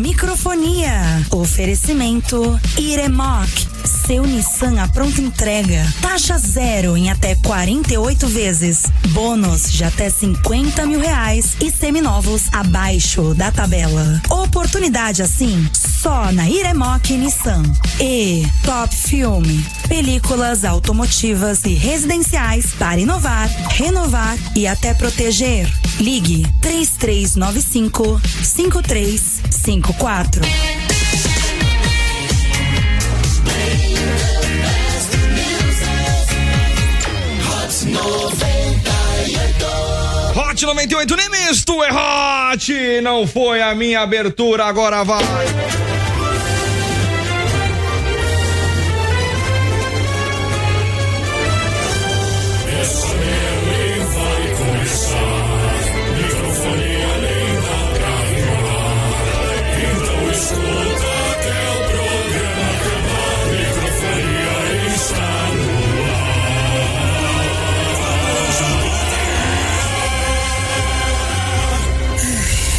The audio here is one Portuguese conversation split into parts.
Microfonia. Oferecimento Iremoc. Seu Nissan a pronta entrega. Taxa zero em até 48 vezes. Bônus de até 50 mil reais e seminovos abaixo da tabela. Oportunidade assim só na Iremoc Nissan. E Top Filme. Películas automotivas e residenciais para inovar, renovar e até proteger. Ligue 3395 5354. Hot 98 nem misto, é hot! Não foi a minha abertura, agora vai!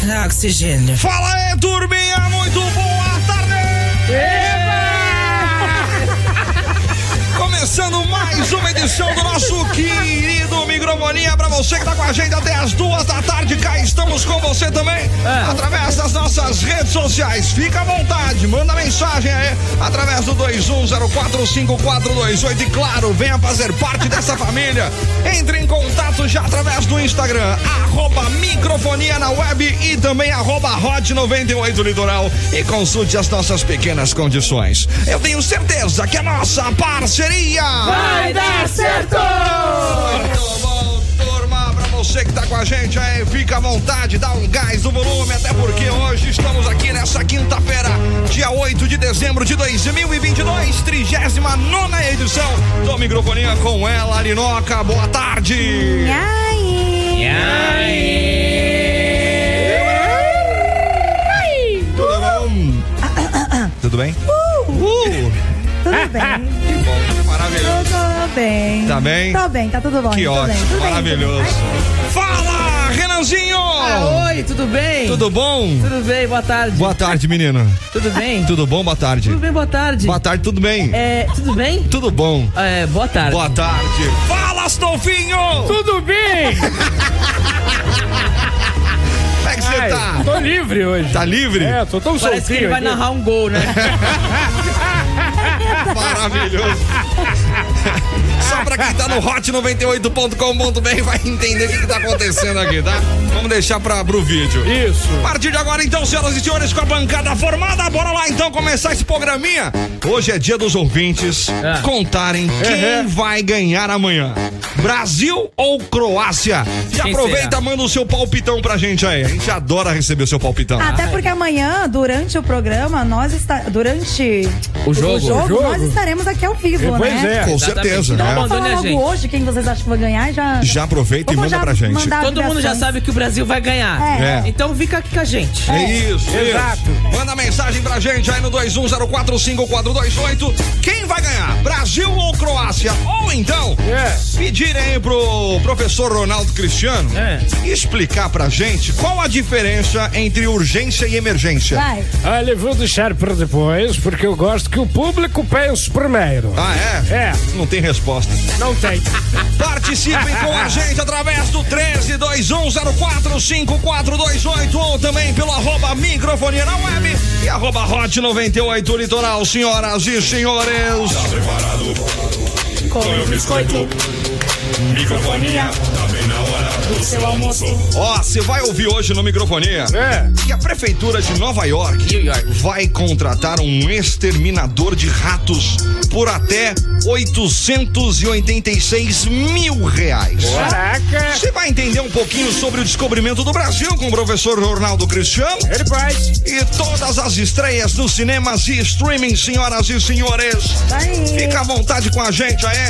Na oxigênio. Fala aí, turminha! Muito boa tarde! Começando mais uma edição do nosso querido Microfonia pra você que tá com a gente até as duas da tarde. Cá estamos com você também através das nossas redes sociais. Fica à vontade, manda mensagem aí através do 21045428 e claro, venha fazer parte dessa família. Entre em contato já através do Instagram, arroba microfonia na web e também arroba Hot 98 Litoral e consulte as nossas pequenas condições. Eu tenho certeza que a nossa parceria Vai dar certo! muito bom, turma, pra você que tá com a gente aí, fica à vontade, dá um gás no volume, até porque hoje estamos aqui nessa quinta-feira, dia 8 de dezembro de 2022, 39 edição do Microfonia com ela, Arinoca. Boa tarde! Ai. Tudo bom? Tudo bem? Uh! Tudo bem. Que bom, maravilhoso. Tudo bem. Tá bem? Tô bem, tá tudo bom. Que tudo bem, ótimo, tudo bem. maravilhoso. Fala, Renanzinho! Ah, oi, tudo bem? Tudo bom? Tudo bem, boa tarde. Boa tarde, menino. Tudo bem? Tudo bom? Boa tarde. Tudo bem, boa tarde. Boa tarde, tudo bem? É, tudo bem? Tudo bom? É, boa tarde. Boa tarde. Fala, Astolfinho! Tudo bem? Como é que você Ai, tá? Tô livre hoje. Tá livre? É, tô tão Parece que ele solteiro. vai narrar um gol, né? Maravilhoso. Só pra quem tá no hot98.com.br vai entender o que, que tá acontecendo aqui, tá? Vamos deixar pra, pro vídeo. Isso. A partir de agora, então, senhoras e senhores, com a bancada formada, bora lá então começar esse programinha. Hoje é dia dos ouvintes É. contarem quem Uhum. vai ganhar amanhã: Brasil ou Croácia? Já Quem aproveita, será? manda o seu palpitão pra gente aí. A gente adora receber o seu palpitão. Ah, Até porque amanhã, durante o programa, nós está durante O jogo. O jogo. nós estaremos aqui ao vivo, Pois né? é. Com Exatamente. certeza, Então, né? vamos- Fala Abandone a logo gente. hoje quem vocês acham que vai ganhar e já. Já aproveita e Vamos manda já pra gente. mandar Todo mundo já ligações. sabe que o Brasil vai ganhar. É. Então fica aqui com a gente. É isso, isso. Exato. Manda mensagem pra gente aí no 21045428. Quem vai ganhar? Brasil ou Croácia? Ou então, É. pedirem aí pro professor Ronaldo Cristiano É. explicar pra gente qual a diferença entre urgência e emergência. Vai. Olha, eu Ah, vou deixar pra depois, porque eu gosto que o público pense primeiro. Ah, é? É. Não tem resposta. Não tem. Participem com a gente através do 1321045428 ou também pelo arroba microfonia na web e arroba hot 98 litoral, senhoras e senhores. Tá Come biscoito. Microfonia. seu almoço. Ó, você vai ouvir hoje no microfonia É. que a prefeitura de Nova New York York. vai contratar um exterminador de ratos por até 886 mil reais. Caraca. Você vai entender um pouquinho sobre o descobrimento do Brasil com o professor Ronaldo Cristiano? Ele faz. E todas as estreias nos cinemas e streaming, senhoras e senhores. Aí. Fica à vontade com a gente aí.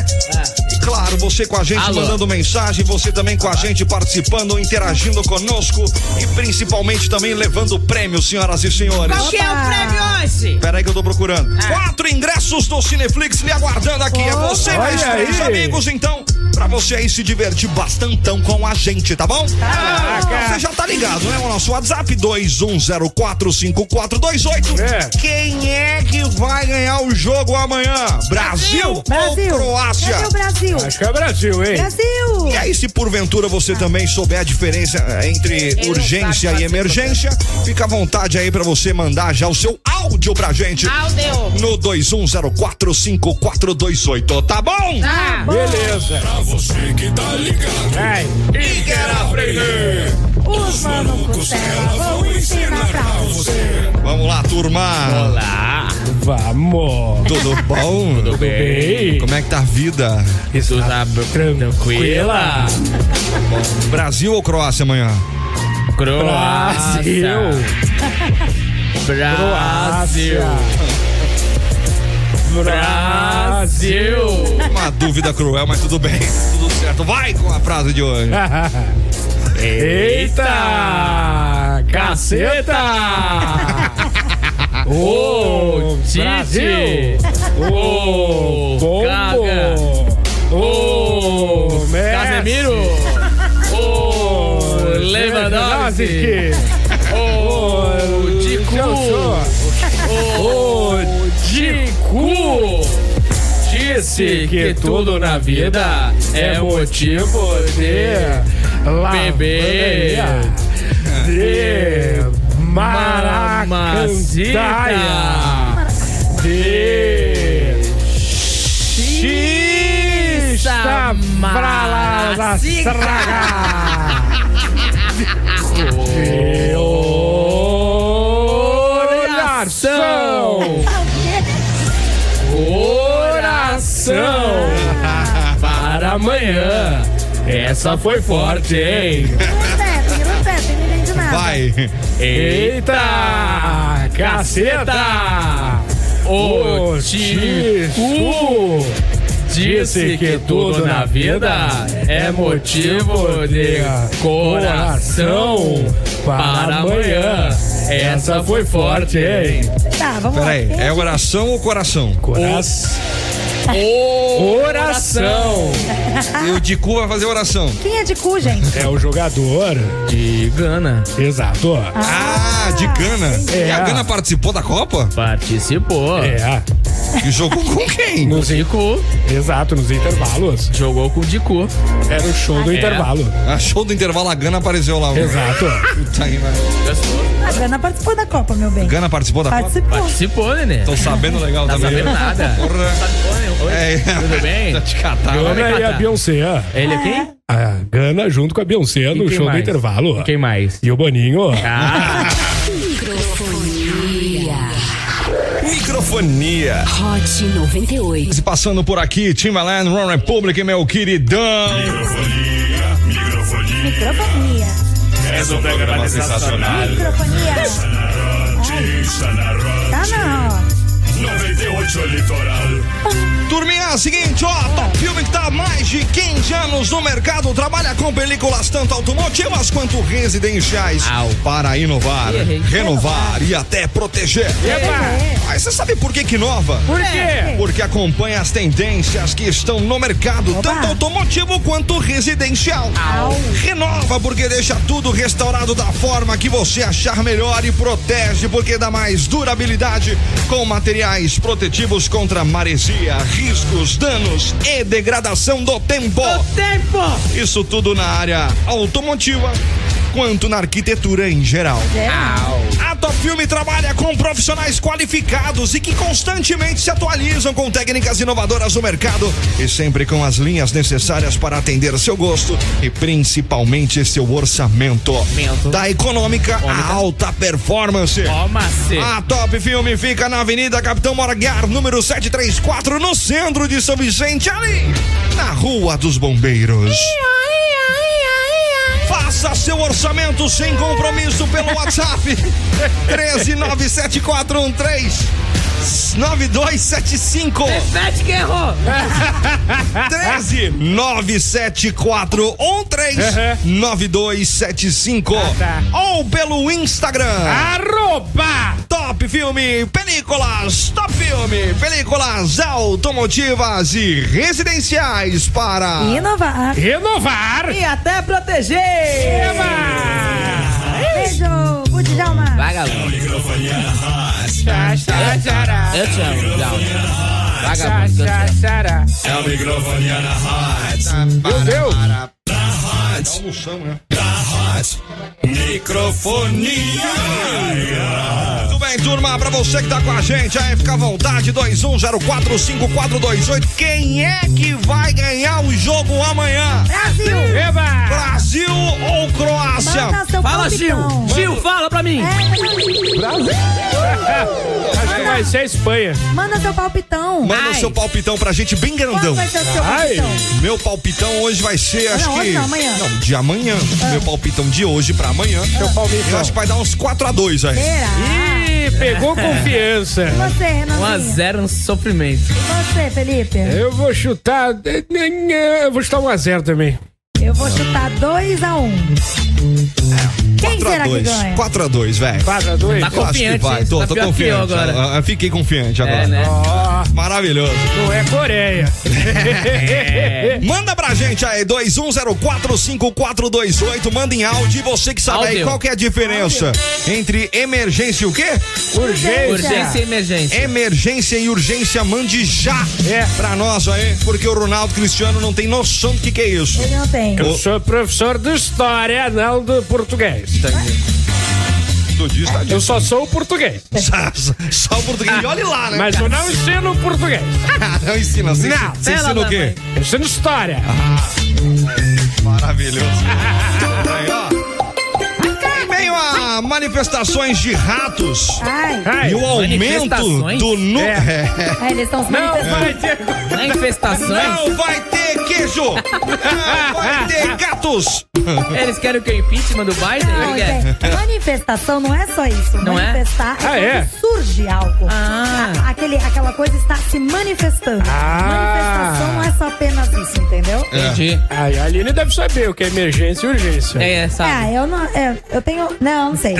E claro, você com a gente Alô. mandando mensagem, você também com a gente participando, interagindo conosco e principalmente também levando prêmios, senhoras e senhores. Qual que é o Opa. prêmio hoje? Pera aí que eu tô procurando. Quatro ingressos do Cineflix me aguardando aqui. É você Olha mais três aí. amigos, então, pra pra você aí se divertir bastantão com a gente, tá bom? Você já tá ligado, né? O nosso WhatsApp 21045428. É. Quem é que vai ganhar o jogo amanhã? Brasil, Brasil. ou Croácia? Cadê o Brasil? Acho que é Brasil, hein? E Brasil! aí, se porventura você também souber a diferença eh, entre não sabe urgência fazer e emergência, fica à vontade aí pra você mandar já o seu áudio pra gente Áudio. no 21045428, tá bom? Tá. Beleza. Você que tá ligado Vai. E quer aprender? Os malucos dela vão ensinar pra você. Vamos lá, turma. Olá. Vamos. Tudo bom? Tudo Bem. Como é que tá a vida? Isso tá tranquila. Brasil ou Croácia amanhã? Brasil. Croácia. Brasil. Brasil. Uma dúvida cruel, mas tudo bem. Tudo certo. Vai com a frase de hoje. Eita! Ah. Caceta! Ô, Ô, Tite. Brasil! Ô, Gaga. Pombo! Ô, Casemiro. Ô, Lewandowski. Ô, Tico. Ô, Dico disse que tudo na vida é motivo de beber de maracantaia maracutaia de xista xista pra lá da macica. estraga de oração oração para amanhã essa foi forte, hein? Repete, repete, não entendi nada. Vai. Eita! Caceta! O Tico disse que tudo na vida é motivo de coração para amanhã. Essa foi forte, hein? Tá, vamos lá. Peraí, é oração ou coração? Oração! E o Dicu vai fazer oração. Quem é de cu, gente? É o jogador, de Gana exato. Ah, de Gana. É. E a Gana participou da Copa? participou. É, E jogou com quem? O Zico exato, nos intervalos. jogou com o Dico. Era o show do É. intervalo. Ah, show do intervalo, a Gana apareceu lá. Exato. Puta que pariu. A Gana participou da Copa, meu bem. Gana participou da Copa? Participou. Participou, Nenê. Tô sabendo legal Tá também. sabendo nada. Porra. Sabe porra nenhuma. Oi, É. Tudo bem? Tá te catar. Eu- né? Gana e a Beyoncé. ah. Ele é quem? A Gana junto com a Beyoncé no quem show mais? do intervalo. Quem Ah. mais? E o Boninho. Microfonia. Hot 98. Se Passando por aqui, Timbaland, Run Republic, meu queridão. Microfonia, microfonia Microfonia. É um programa sensacional Microfonia. Artista na roda Tá não. 98 litoral Turminha, é o seguinte, ó, Top Filme que tá há mais de 15 anos no mercado, trabalha com películas tanto automotivas quanto residenciais Au. para inovar, Errei. renovar e até proteger. Mas você sabe por que que inova? Por quê? Porque acompanha as tendências que estão no mercado, tanto automotivo quanto residencial. Renova porque deixa tudo restaurado da forma que você achar melhor e protege porque dá mais durabilidade com materiais protetivos contra maresia, riscos, danos e degradação do tempo. Tempo! Isso tudo na área automotiva, quanto na arquitetura em geral. A Top Filme trabalha com profissionais qualificados e que constantemente se atualizam com técnicas inovadoras no mercado e sempre com as linhas necessárias para atender seu gosto e principalmente seu orçamento. Mento. Da econômica à alta performance. Ó, macê. A Top Filme fica na Avenida Capitão Moragar, número 734, no centro de São Vicente, ali na Rua dos Bombeiros. Faça seu orçamento sem compromisso pelo WhatsApp 1397413 9275 Sete que errou! 1397413 9275 tá. ou pelo Instagram Ah. Arroba! Top Top Filme, películas Top Filme, películas automotivas e residenciais para Inovar. Renovar. E até proteger. Ah. Ah, Beijo, Budjalma. Vai, garoto. Microfonia Haas. é Eu te amo, Djalma. Vagabundo, que eu te amo. É o microfonia na Haas. Meu Deus. Na Haas. Na Haas. Microfonia. Muito bem, turma, pra você que tá com a gente aí, fica à vontade, 21045428. Quem é que vai ganhar o jogo amanhã? Brasil. Eba. Brasil ou Ah. Manda Croácia? seu Fala, Gil. palpitão. Gil, fala pra mim. É, Acho que vai ser a Espanha. manda seu palpitão. Manda o Ai. seu palpitão pra gente bem Qual grandão. vai ser o seu Ai. palpitão? Meu palpitão hoje vai ser, acho Não, que. hoje não, amanhã. Ah. Não, de amanhã. Meu palpitão de hoje pra amanhã. Seu palpitão. Eu acho que vai dar uns 4x2 aí. Será? Ih, pegou confiança. E você, Renanzinho? 1x0 no sofrimento. E você, Felipe? Eu vou chutar. Eu vou chutar um a zero também. Eu vou chutar 2x1. Quem será que ganha? 4x2, velho. 4 a 2 Eu Tá acho que Confiante, vai. hein? Tô, Tá tô pior que confiante. eu agora. Ah, ah, Fiquei confiante agora. É, né? Ó, Maravilhoso. não é Coreia. Manda pra gente aí, 21045428, manda em áudio e você que sabe aí Áudio. qual que é a diferença entre emergência e o quê? Urgência. Urgência e emergência. Emergência e urgência, mande já É. pra nós aí, porque o Ronaldo Cristiano não tem noção do que que é isso. Ele não tem. Eu sou professor de história, não do português. Do disso, tá Eu só sou o português. disso. Só o português. E olha lá, né? Mas eu não ensino português. não ensina, você Não. você ensina Ela o quê? Eu ensino história. Maravilhoso. Aí, ó. Em meio a manifestações de ratos Ai, Ai, É. e o aumento Manifestações? do É. número. ai, eles estão se não manifestando. vai ter. Manifestações. Não vai ter queijo! Não vai ter gatos! É, Eles querem o que? O impeachment do Biden? Não, Ele quer. gente, manifestação não é só isso. Não é? Manifestar Ah, é, quando é? surge algo. Ah. A- Aquele, aquela coisa está se manifestando. Ah. Manifestação não é só apenas isso, entendeu? Entendi. Ai, a Aline deve saber o que é emergência e urgência. É, é, Ah, sabe? eu não. é, eu tenho. Não, não sei.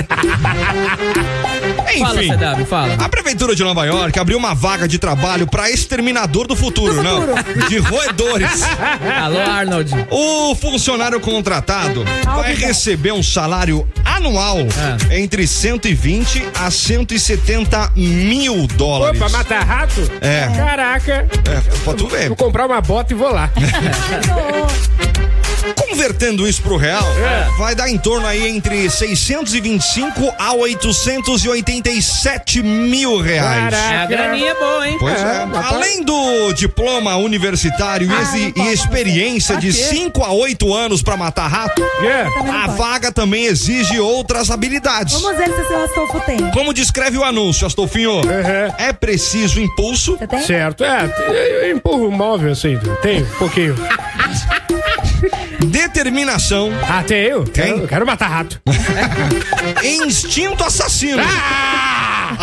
Fala, Enfim. CW, fala. A prefeitura de Nova York abriu uma vaga de trabalho para exterminador do futuro, Do não? é? futuro. De roedores. Alô, Arnold. O funcionário contratado vai Obrigado. receber um salário anual Ah. entre 120 a 170 mil dólares. Opa, matar rato? É. Caraca. É, pra tu ver. Vou comprar uma bota e vou lá. Ai, que horror. Convertendo isso pro real, É. vai dar em torno aí entre 625 a 887 mil reais. Caraca. É a graninha boa, hein? Pois é. É, mas tá- Além do diploma universitário e exi- não e, pode, não experiência de 5 a 8 anos pra matar rato, É. Também não a pode. vaga também exige outras habilidades. Vamos ver se o seu Astolfo tem. Como descreve o anúncio, Astolfinho? Uhum. É preciso impulso, Você tem? Certo, é. Eu empurro o móvel assim. Tem um pouquinho. determinação, Ah, tem eu? Tem? Eu quero matar rato. e instinto assassino Ah!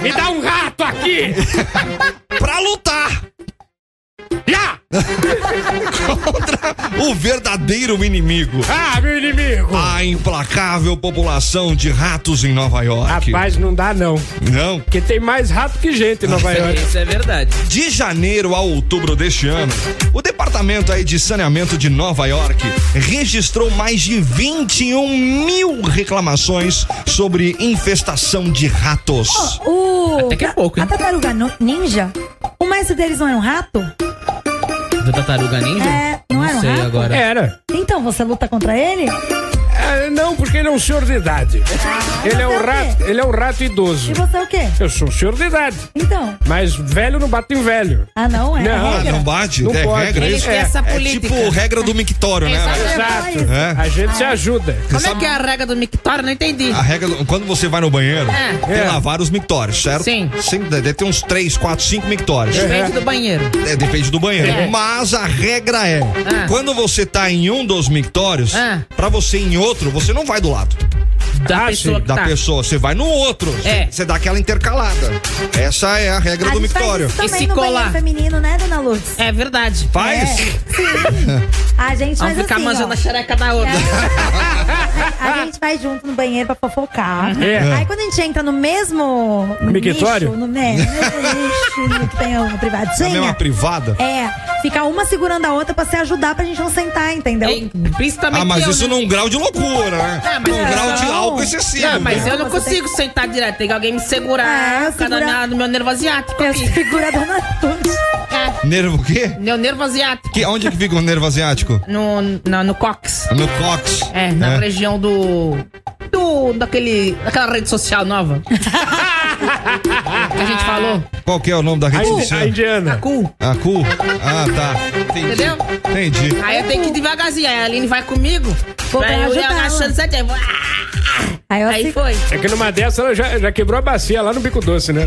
Me dá um rato aqui! pra lutar Já! contra o verdadeiro inimigo. Ah, meu inimigo! A implacável população de ratos em Nova York. Rapaz, não dá não. Não. Porque tem mais rato que gente em Nova York. Isso é verdade. De janeiro a outubro deste ano, o Departamento aí de Saneamento de Nova York registrou mais de 21 mil reclamações sobre infestação de ratos. O. Até que é pouco, hein? A tartaruga no- ninja? O mestre deles não é um rato? Do Tartaruga Ninja? É, não era um sei rato? agora. Era. Então você luta contra ele? É, não, porque ele é um senhor de idade. Ele é um rato, ele é um rato idoso. E você é o quê? Eu sou um senhor de idade, Então. mas velho não bate em velho. Ah, não? É Não, a Ah, regra? não bate? Não é pode. regra Eles isso? têm É, essa é política. tipo regra do mictório, né? Exato. É, velho? Exato. Exato. A gente se ajuda. Como é que é a regra do mictório? Não entendi. A regra, do- quando você vai no banheiro, É. tem É. lá vários mictórios, certo? Sim. Sempre deve ter uns 3, 4, 5 mictórios. Depende do banheiro. É, depende do banheiro. Mas a regra é: Ah. quando você tá em um dos mictórios, Ah. pra você ir em outro, você não vai do lado. Da Ah, pessoa sim, que da tá. pessoa. Você vai no outro. É. Você dá aquela intercalada. Essa é a regra A do gente faz mictório. isso também E se no banheiro colar? feminino, né, dona Lourdes? É verdade. Faz? A Vamos gente faz ficar assim, manjando ó. a xereca da outra. A gente vai junto no banheiro pra fofocar. É. Aí quando a gente entra no mesmo Mictório? nicho, no, né, no mesmo nicho no que tem uma Na mesma privadinha, privada? é, fica uma segurando a outra pra se ajudar pra gente não sentar, entendeu? Ei, É, Principalmente Ah, mas eu, isso né? num grau de loucura, né? Ah, mas Num grau de não. álcool excessivo. Não, mas né? eu não Você tem consigo sentar direto. Tem que alguém me Ah, segurar É, por causa da segura- minha- do meu nervo asiático Eu aqui. seguro a dona Lourdes. É, Nervo o quê? meu nervo asiático. Que, onde que fica o nervo asiático? No, no, no cox. No cox. É, na região do. Do. Daquele. Daquela rede social nova. que a gente falou. Qual que é o nome da A, rede indi- social? a É. Tá indiana. Cu. Ah, cu? Ah, tá. Entendi. Entendeu? Entendi. Aí eu tenho que ir devagarzinho. Aí a Aline vai comigo. Vou Aí pra eu ia ajudar agachando ela. certinho. Aí eu Aí assim, foi. É que numa dessa ela já, já quebrou a bacia lá no bico doce, né?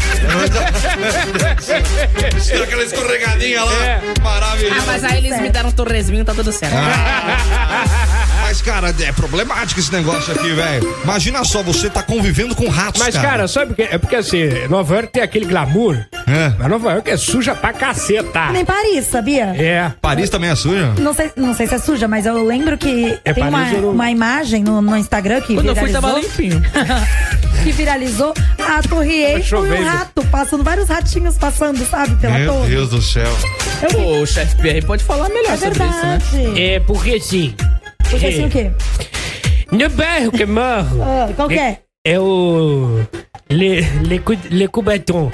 Dá aquela escorregadinha lá. É. Maravilhoso. Ah. Ah, mas aí eles me deram um torresminho, tá tudo certo. Ah. Mas, cara, é problemático esse negócio aqui, velho. Imagina só, você tá convivendo com ratos, Mas, cara, sabe o que? É porque assim, Nova York tem aquele glamour. É. Mas Nova York é suja pra caceta. nem Paris, sabia? É. Paris também é suja? Não sei, não sei se é suja, mas eu lembro que É tem uma, Paris ou- uma imagem no, no Instagram que Ah, Quando eu fui, viralizou, tava limpinho. que viralizou a Torre Eiffel e um chovendo. rato passando, vários ratinhos passando, sabe, pela Meu torre. Deus do céu. Pô, o chefe PR pode falar melhor É sobre isso, né? verdade. É porque sim. Porque assim o quê? No bairro que morro Ah, qual que é? é o. Le, le, le Coubaton.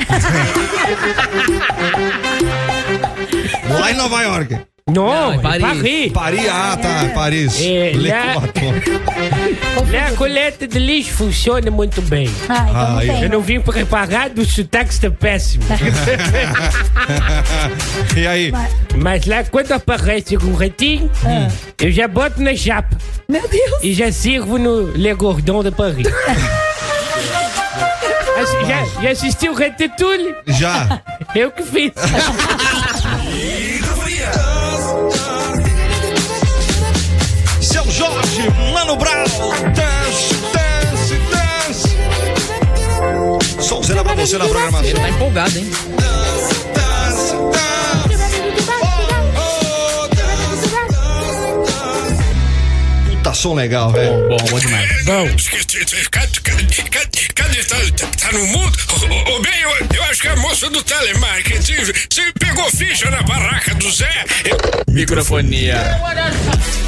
Lá em Nova York. Não, é é Paris. Paris. Paris, ah, tá, Paris. É, Le lá- Coton. Lá Né, a coleta de lixo funciona muito bem. Ah, então Ah, não eu tem. Eu não vim preparado, o sotaque está péssimo. E aí? Mas lá quando aparece um ratinho, eu já boto na chapa Ah. Meu Deus. e já sirvo no Le Gordon de Paris. Assi- já, já assistiu Ratatouille? Já. Eu que fiz. Seu Jorge, Mano Brown, dance, dance, dance. Sonzeira pra você na programação. Ele tá empolgado, hein? Dance, dance. Oh, oh, dance, dance. Puta som legal, velho. Bom, bom demais. Bom, Cadê? Tá, tá no mundo? Ô, ô, ô, bem, eu, eu acho que é a moça do telemarketing se pegou ficha na barraca do Zé. Microfonia.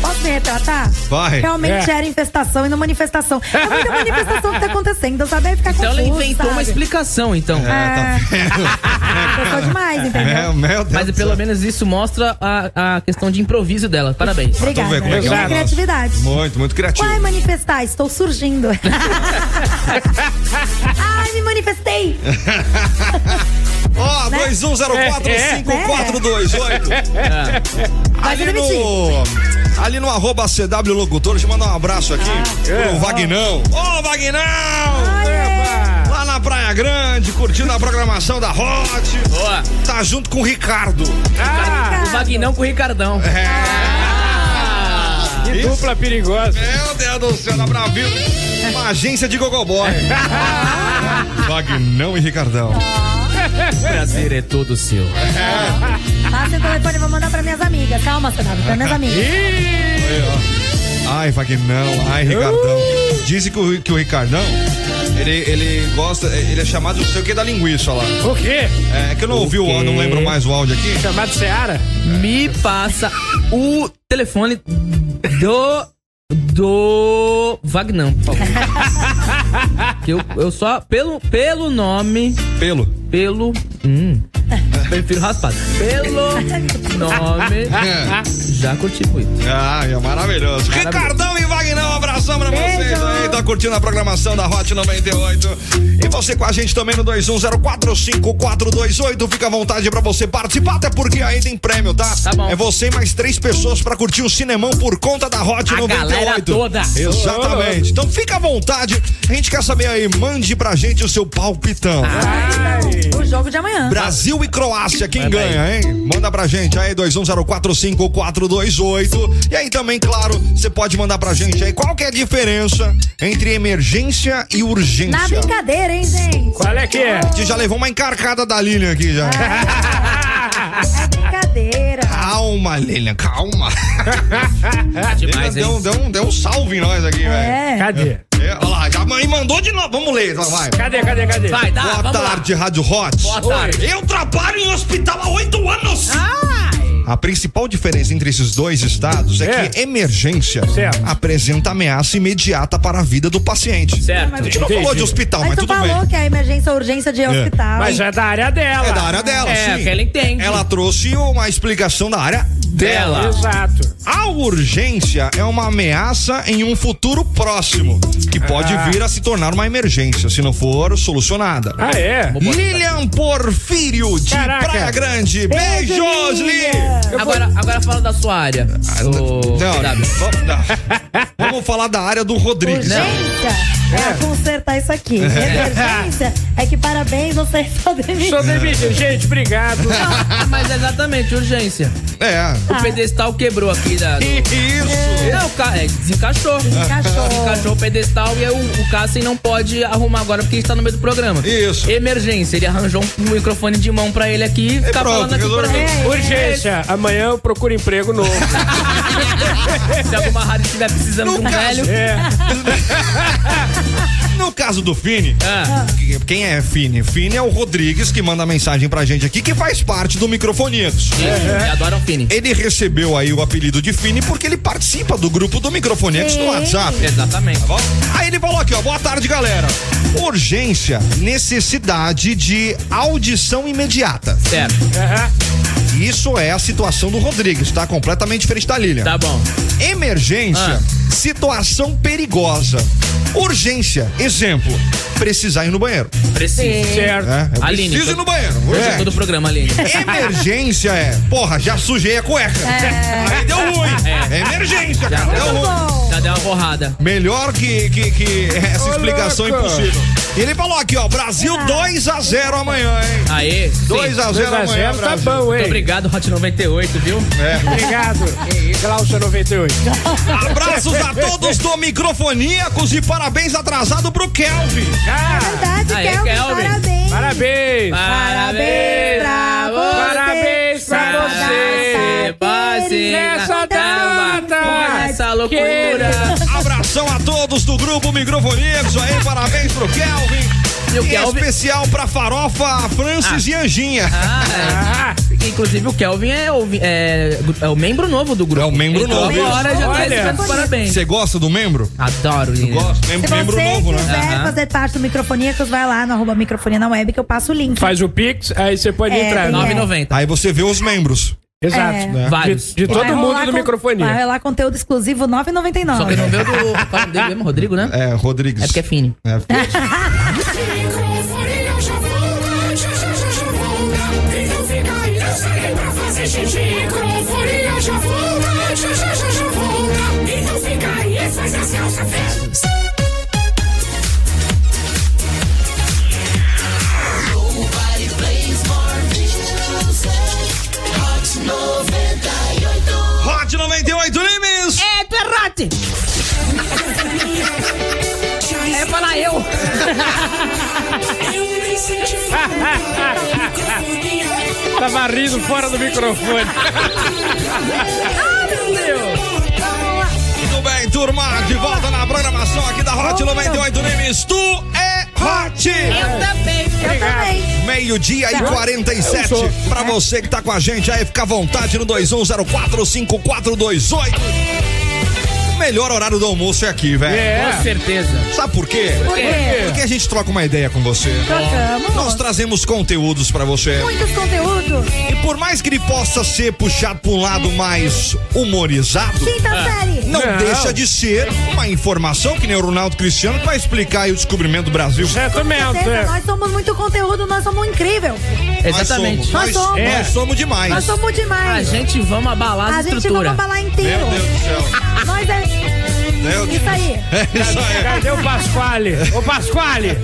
Posso me retratar? Vai. Realmente É. era infestação e não manifestação. É muita manifestação que tá acontecendo. Eu sabia ficar Então confuso, ela inventou uma Tá sabe? Ah, explicação, então. Tá vendo? Eu sou demais, entendeu? É, meu Deus. Mas do pelo céu. menos isso mostra a, a questão de improviso dela. Parabéns. Obrigada. vendo como é que é o Minha negócio? criatividade. Muito, muito criativo. Vai manifestar, estou surgindo. Ai, me manifestei. Ó, Né? 21045428. Vai Ali me demitir. no. Ali no arroba CW Locutor, deixa eu mandar um abraço aqui pro Vagnão. Ô, Vagnão! Lá na Praia Grande, curtindo a programação da Hot. Boa. Tá junto com o Ricardo. É, O Vagnão com o Ricardão. que dupla perigosa. Meu Deus do céu, da Brasil. Uma agência de gogoboy. Vagnão e Ricardão. Prazer é todo seu. Passa o telefone, vou mandar pra minhas amigas. Calma, Senado, pra minhas amigas. Ai, Vagnão, ai, Ricardão. Dizem que o, que o Ricardão, ele, ele gosta, ele é chamado não sei o que da linguiça lá. O quê? É que eu não ouvi o áudio, não lembro mais o áudio aqui. Chamado Seara? Me passa o telefone do. Do Vagnão, por favor. Que eu, eu só. Pelo, pelo nome. Pelo. Pelo. Hum, prefiro raspado. Pelo nome. Já curti muito. É. Ah, é maravilhoso. Ricardão e Vagnão, um abração pra vocês aí. Tá curtindo a programação da Hot 98. E você com a gente também no 21045428. Fica à vontade pra você participar, até porque aí tem prêmio, tá? Tá bom. É você e mais três pessoas pra curtir o cinemão por conta da Hot A 98. galera toda. Exatamente. Então fica à vontade. A gente quer saber aí, mande pra gente o seu palpitão. O jogo de amanhã. Brasil e Croácia, quem ganha, hein? Manda pra gente aí, 21045428. E aí também, claro, você pode mandar pra gente aí qual que é a diferença entre emergência e urgência. Na brincadeira, hein, gente? Qual é que é? A gente já levou uma encarcada da Lilian aqui já. É brincadeira. Calma, Lilian, calma. Demais, deu, hein? deu, um- deu um salve em nós aqui, velho. É. Cadê? É, Olha lá, já a mãe mandou de novo. Vamos ler, então, vai. Cadê, cadê, cadê? Vai, dá, Boa Ah, vamos lá. tarde, Rádio Hot. Boa tarde. Eu trabalho em hospital há oito anos. A principal diferença entre esses dois estados é, É. que emergência Certo. apresenta ameaça imediata para a vida do paciente. Certo. A gente não Entendi. falou de hospital, mas, Mas tu tudo falou bem. que a emergência é urgência de hospital. Mas é da área dela. É da área dela, É, sim. que ela entende. Ela trouxe uma explicação da área dela. Dela. Exato. A urgência é uma ameaça em um futuro próximo, que pode Ah. vir a se tornar uma emergência se não for solucionada. Ah, é? Lilian Porfírio, de Caraca. Praia Grande. Beijo, Beijos, Li! Lilian. Agora, agora fala da sua área. ô, Não, PW. vamos, não. Vamos falar da área do Rodrigues. é. Urgência é. consertar isso aqui. Emergência é que parabéns, você está demitido. Sou demitido. Gente, obrigado. Ah, Mas exatamente, urgência. É. O pedestal quebrou aqui da. do- Isso. Não, o ca... é, desencaixou. Desencaixou. Desencaixou o pedestal e aí o, o Cassem não pode arrumar agora porque está no meio do programa. Isso. Emergência, ele arranjou um microfone de mão pra ele aqui e E ficar pronto, falando aqui pra É resolveu. gente. Urgência. Amanhã eu procuro emprego novo. Se alguma rádio estiver precisando de um Nunca- velho. É. No caso do Fini, Ah, quem é Fini? Fini é o Rodrigues que manda mensagem pra gente aqui, que faz parte do Microfoninhos. é. Adoram Fini. Ele recebeu aí o apelido de Fini porque ele participa do grupo do Microfoninhos no WhatsApp. Exatamente. Tá bom? Aí ele falou aqui, ó. Boa tarde, galera. Urgência, necessidade de audição imediata. Certo, Isso é a situação do Rodrigues, tá? Completamente diferente da Lilian. tá bom. Emergência, Ah. situação perigosa. Urgência, exemplo, precisar ir no banheiro. Preciso. Certo. né? Eu Aline, preciso ir tô- no banheiro. Hoje é urgente. todo o programa, Aline. Emergência é, porra, já sujei a cueca. Aí deu ruim. É. Emergência, cara, deu ruim. Já deu uma borrada. Melhor que, que, que essa Ô, explicação louco. impossível. Ele falou aqui, ó, Brasil 2 a 0 amanhã, hein? Aê. sim. 2 a um. 0 amanhã, 2x0 tá Brasil. bom, Muito hein? obrigado, Hot 98, viu? Obrigado. Glaucia 98. Abraços a todos do Microfoníacos e parabéns atrasado pro Kelvin. Ah, Verdade, Aê, Kelvin, Kelvin. parabéns. parabéns. Parabéns pra Parabéns você. pra você. Você Então, Nessa data. Essa loucura. Abração a todos do grupo Microfoníacos aí, parabéns pro Kelvin. E o Em Kelvin? especial pra farofa Francis e Anjinha. Ah, Ah, é. Inclusive o Kelvin é o, vi- é, é o membro novo do É grupo. o membro Entrou novo, Agora isso. já tá Olha. recebendo parabéns. Você gosta do membro? Adoro, Lina. Gosto. Mem- Se membro você novo, né? quiser Aham. fazer parte do Microfoníacos, vai lá no arroba microfonia na web que eu passo o link. Faz o Pix, aí você pode É, entrar. tem Nove- 9,90. Aí você vê os membros. Exato. É. né? Vários. De, de Vai todo rolar mundo do con- Vai microfone. rolar conteúdo exclusivo Só que 9,99. não veio do. Qual é o dele mesmo? Rodrigo, né? É, Rodrigues. É porque é fino. É, porque- Microfone, eu já volto, já, já, já, já volto. E não fica aí, eu saí pra fazer xixi. Microfone, eu já volto, já, já, já, já volto. E não Então fica aí, faz a salsa, fez. Hot 98 Limes! É, tu é rote! É falar eu! Eu nem senti falta da microfonia. Tava rindo Tá fora do microfone. Muito bem, turma, de volta na programação aqui da Hot 98 Limes. né, Tu é Hot! Eu também. Tá. Meio-dia e 47. Pra você que tá com a gente aí, fica à vontade no 21045428. O melhor horário do almoço é aqui, velho. É. Com certeza. Sabe por quê? Por quê? Porque a gente troca uma ideia com você. Nós Trocamos. trazemos conteúdos pra você. Muitos conteúdos. E por mais que ele possa ser puxado pra um lado mais humorizado, Quinta série. Ah. não, Não. deixa de ser uma informação que nem o Ronaldo Cristiano que vai explicar aí o descobrimento do Brasil. Exatamente. Certeza, é. Nós somos muito conteúdo, nós somos incrível. Exatamente. Nós somos, nós, Nós somos. É. nós somos demais. Nós somos A demais. gente vamos abalar a A gente estrutura. vamos falar inteiro. Meu Deus do céu. Nós é Eu- Isso aí. É isso aí. Cadê o Pasquale? Ô, Pasquale!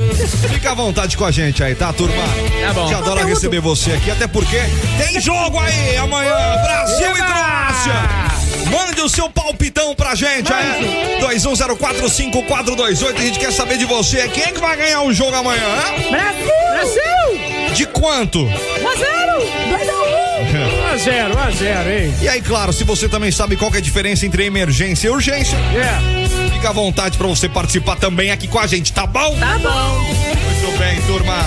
Fica à vontade com a gente aí, tá, turma? Tá bom. Te adora receber você aqui, até porque tem jogo aí amanhã. Brasil e Eba! Croácia. Mande o seu palpitão pra gente é. um aí. 21045428. A gente quer saber de você. Quem é que vai ganhar o jogo amanhã? hein? Brasil! De quanto? 2 a 1 1 a 0, 1 a 0, hein? E aí, claro, se você também sabe qual que é a diferença entre emergência e urgência, É. fica à vontade pra você participar também aqui com a gente, tá bom? Tá bom. Muito bem, turma.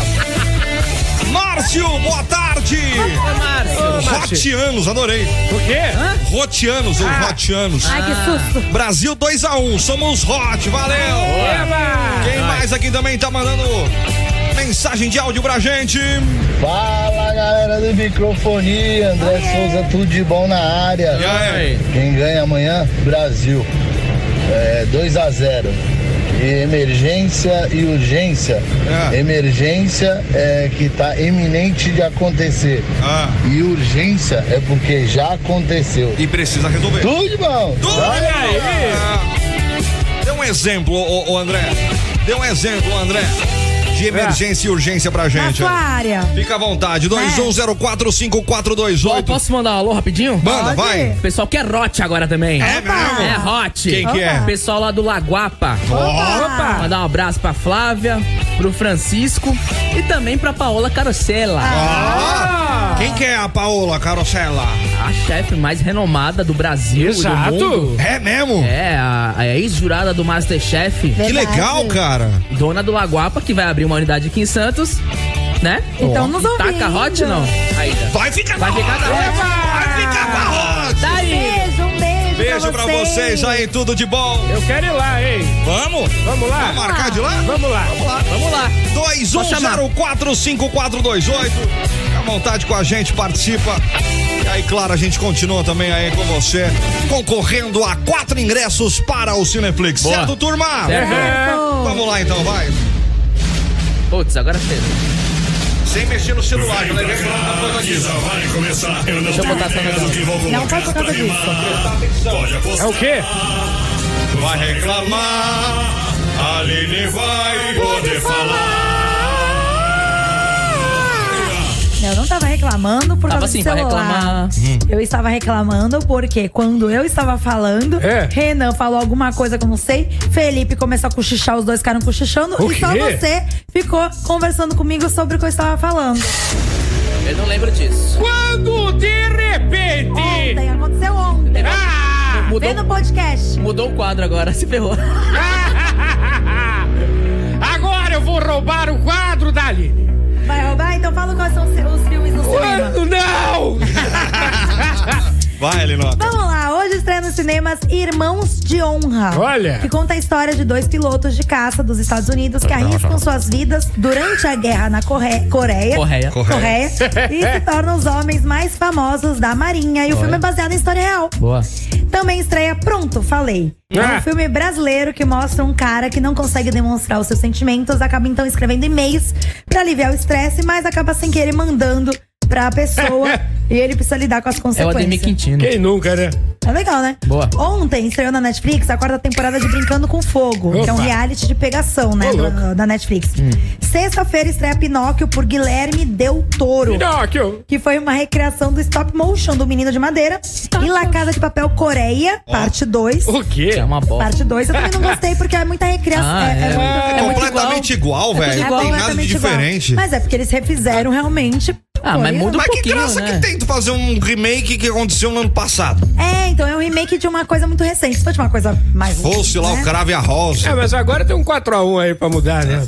Márcio, boa tarde. Ô, Márcio. Rotianos, adorei. O quê? Rotianos ou Ah. Rotianos. Ai, que susto. Brasil 2x1, somos Hot, valeu. Eba! Quem mais aqui também tá mandando mensagem de áudio pra gente? Fala galera do microfonia, André Souza, tudo de bom na área. E aí? Quem ganha amanhã? Brasil. É, 2 a 0. E emergência e urgência. É. Emergência é que tá eminente de acontecer. Ah, E urgência é porque já aconteceu. e precisa resolver. Tudo de bom! Olha aí! Dê um exemplo, ô, ô, André. Dê um exemplo, André. De emergência e urgência pra Na gente. sua área. Fica à vontade, Ó, 21045428. Posso mandar um alô rapidinho? Manda, vai. O pessoal quer Rote agora também. É mesmo? É Ah. Hot. Quem que é? O pessoal lá do Laguapa. Opa. Mandar um abraço pra Flávia, pro Francisco e também pra Paola Carosella. É, Ah, Quem que é a Paola Carosella? A chefe mais renomada do Brasil e do mundo. Exato! É mesmo? É, a, a ex-jurada do Masterchef, Que legal, cara. dona do Laguapa, que vai abrir uma unidade aqui em Santos, né? Então nos E Taca ouvindo. hot, não? Ainda. Vai ficar Vai na ficar roda. na roda. Vai ficar na roda. Tá aí. Beijo, um beijo. Beijo pra vocês aí, tudo de bom. Eu quero ir lá, hein? Vamos? Vamos Vamos lá? marcar de lá? Vamos lá. Vamos lá. 21045428. Fica à vontade com a gente, participa. E aí, claro, a gente continua também aí com você, concorrendo a quatro ingressos para o Cineflix. Boa. Certo, turma? Tá Certo. Vamos lá então, vai. Putz, agora fez. Sem mexer no celular, né? já levei pra coisa aqui. vai começar. Eu não Deixa eu botar essa melhor. vou Não pode por causa disso. Pode É o quê? Vai reclamar, Aline vai poder falar. Eu não tava reclamando por Tava causa assim, do vai celular. reclamar. Eu estava reclamando porque quando eu estava falando, É. Renan falou alguma coisa que eu não sei, Felipe começou a cochichar, os dois ficaram cochichando O e só quê? você ficou conversando comigo sobre o que eu estava falando. Eu não lembro disso. Quando de repente. Ontem, aconteceu ontem. Ah! Vem no Mudou, podcast. mudou o quadro agora, se ferrou. Agora eu vou roubar o quadro da Aline. Vai roubar? Então fala quais são os seus- os filmes no cinema. Quando não! Vai, Elinota. Vamos lá, hoje estreia nos cinemas Irmãos de Honra. Olha. Que conta a história de dois pilotos de caça dos Estados Unidos que arriscam suas vidas durante a guerra na Corre- Coreia. Correia. Correia. e se tornam os homens mais famosos da Marinha. E o filme é baseado em história real. Boa. Também estreia Pronto, Falei. É Ah. um filme brasileiro que mostra um cara que não consegue demonstrar os seus sentimentos, acaba então escrevendo e-mails pra aliviar o estresse, mas acaba sem querer mandando pra pessoa e ele precisa lidar com as É o consequências. Ademir Quintino. Quem nunca, né? É legal, né? Boa. Ontem estreou na Netflix a quarta temporada de Brincando com Fogo, que é um Opa. reality de pegação, né? Ô, louco. Da, da Netflix. Sexta-feira estreia Pinóquio por Guilherme Del Toro. Pinóquio. Que foi uma recriação do stop motion do Menino de Madeira. E La Casa de Papel Coreia, parte 2. O quê? É uma bosta. Parte 2. Eu também não gostei porque é muita recriação. Ah, é, é é. muito- É É muito completamente igual, é velho. Não igual, tem nada de completamente igual. diferente. Mas é porque eles refizeram realmente. Ah, mas muda um Mas que pouquinho, graça né? que tem tu fazer um remake que aconteceu no ano passado? É, então é um remake de uma coisa muito recente. Se fosse uma coisa mais. Fosse lá o né? cravo e a rosa. É, mas agora tem um 4x1 aí pra mudar, né?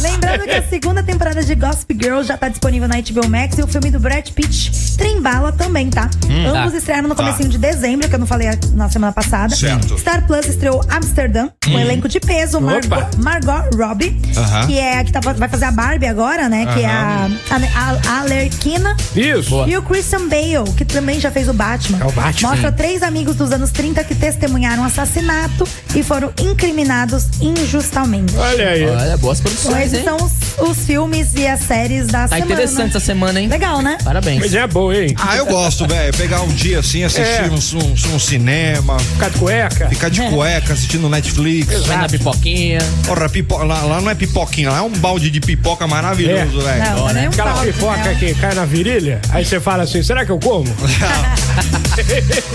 Lembrando que a segunda temporada de Gossip Girl já tá disponível na HBO Max e o filme do Brad Pitt, Trembala, também, tá? Ambos Tá. estrearam no comecinho de dezembro, que eu não falei a- na semana passada. Certo. Star Plus estreou Amsterdã, um elenco de peso, Margot, Opa. Margot Robbie, Aham. que é a que tá- vai fazer a Barbie agora, né? Que é a, a, a Alerquina. Isso. E o Christian Bale, que também já fez o Batman. É o Batman. Mostra três amigos dos anos 30 que testemunharam assassinato e foram incriminados injustamente. Olha aí. Olha, boas Então, produções, Esses hein? são os os filmes e as séries Tá da semana. interessante essa semana, hein? Legal, né? Parabéns. Mas é boa, hein? Ah, eu gosto, velho. Pegar um dia assim, assistir É. um, um- um cinema, Ficar de cueca. ficar de cueca assistindo Netflix. Vai na pipoquinha. Porra, pipo... lá, lá não é pipoquinha, lá é um balde de pipoca maravilhoso, Tá velho. Não, não é nem um Aquela caldo, pipoca né? que cai na virilha, aí você fala assim, será que eu como?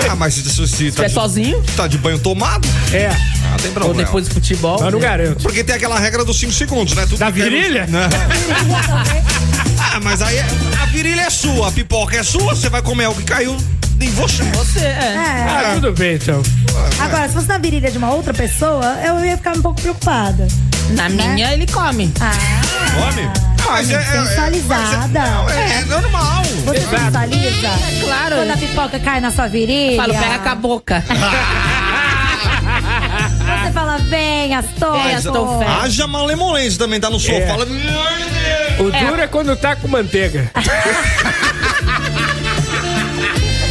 Ah, mas se, se, se Se tá, é de, sozinho, tá de banho tomado, É, ah, não tem ou problema. depois do futebol. mas não garanto. Porque tem aquela regra dos 5 segundos, né? Tudo Da que quer- virilha? Né? ah, mas aí a virilha é sua, a pipoca é sua, você vai comer algo que caiu em você. Você, é. É. Ah, tudo bem então. Agora, se fosse na virilha de uma outra pessoa, eu ia ficar um pouco preocupada. Na né? minha ele come. Ah, Come? Ah, mas sensualizada. não, é, é normal. Você sensualiza? É, Claro. Quando a pipoca cai na sua virilha. Falo, pega com a boca. Você fala, vem, Astor. Vem, Astor, Astor. vem. Haja malemolência também, tá no sofá. É. Fala, "Meu Deus." O duro é quando tá com manteiga.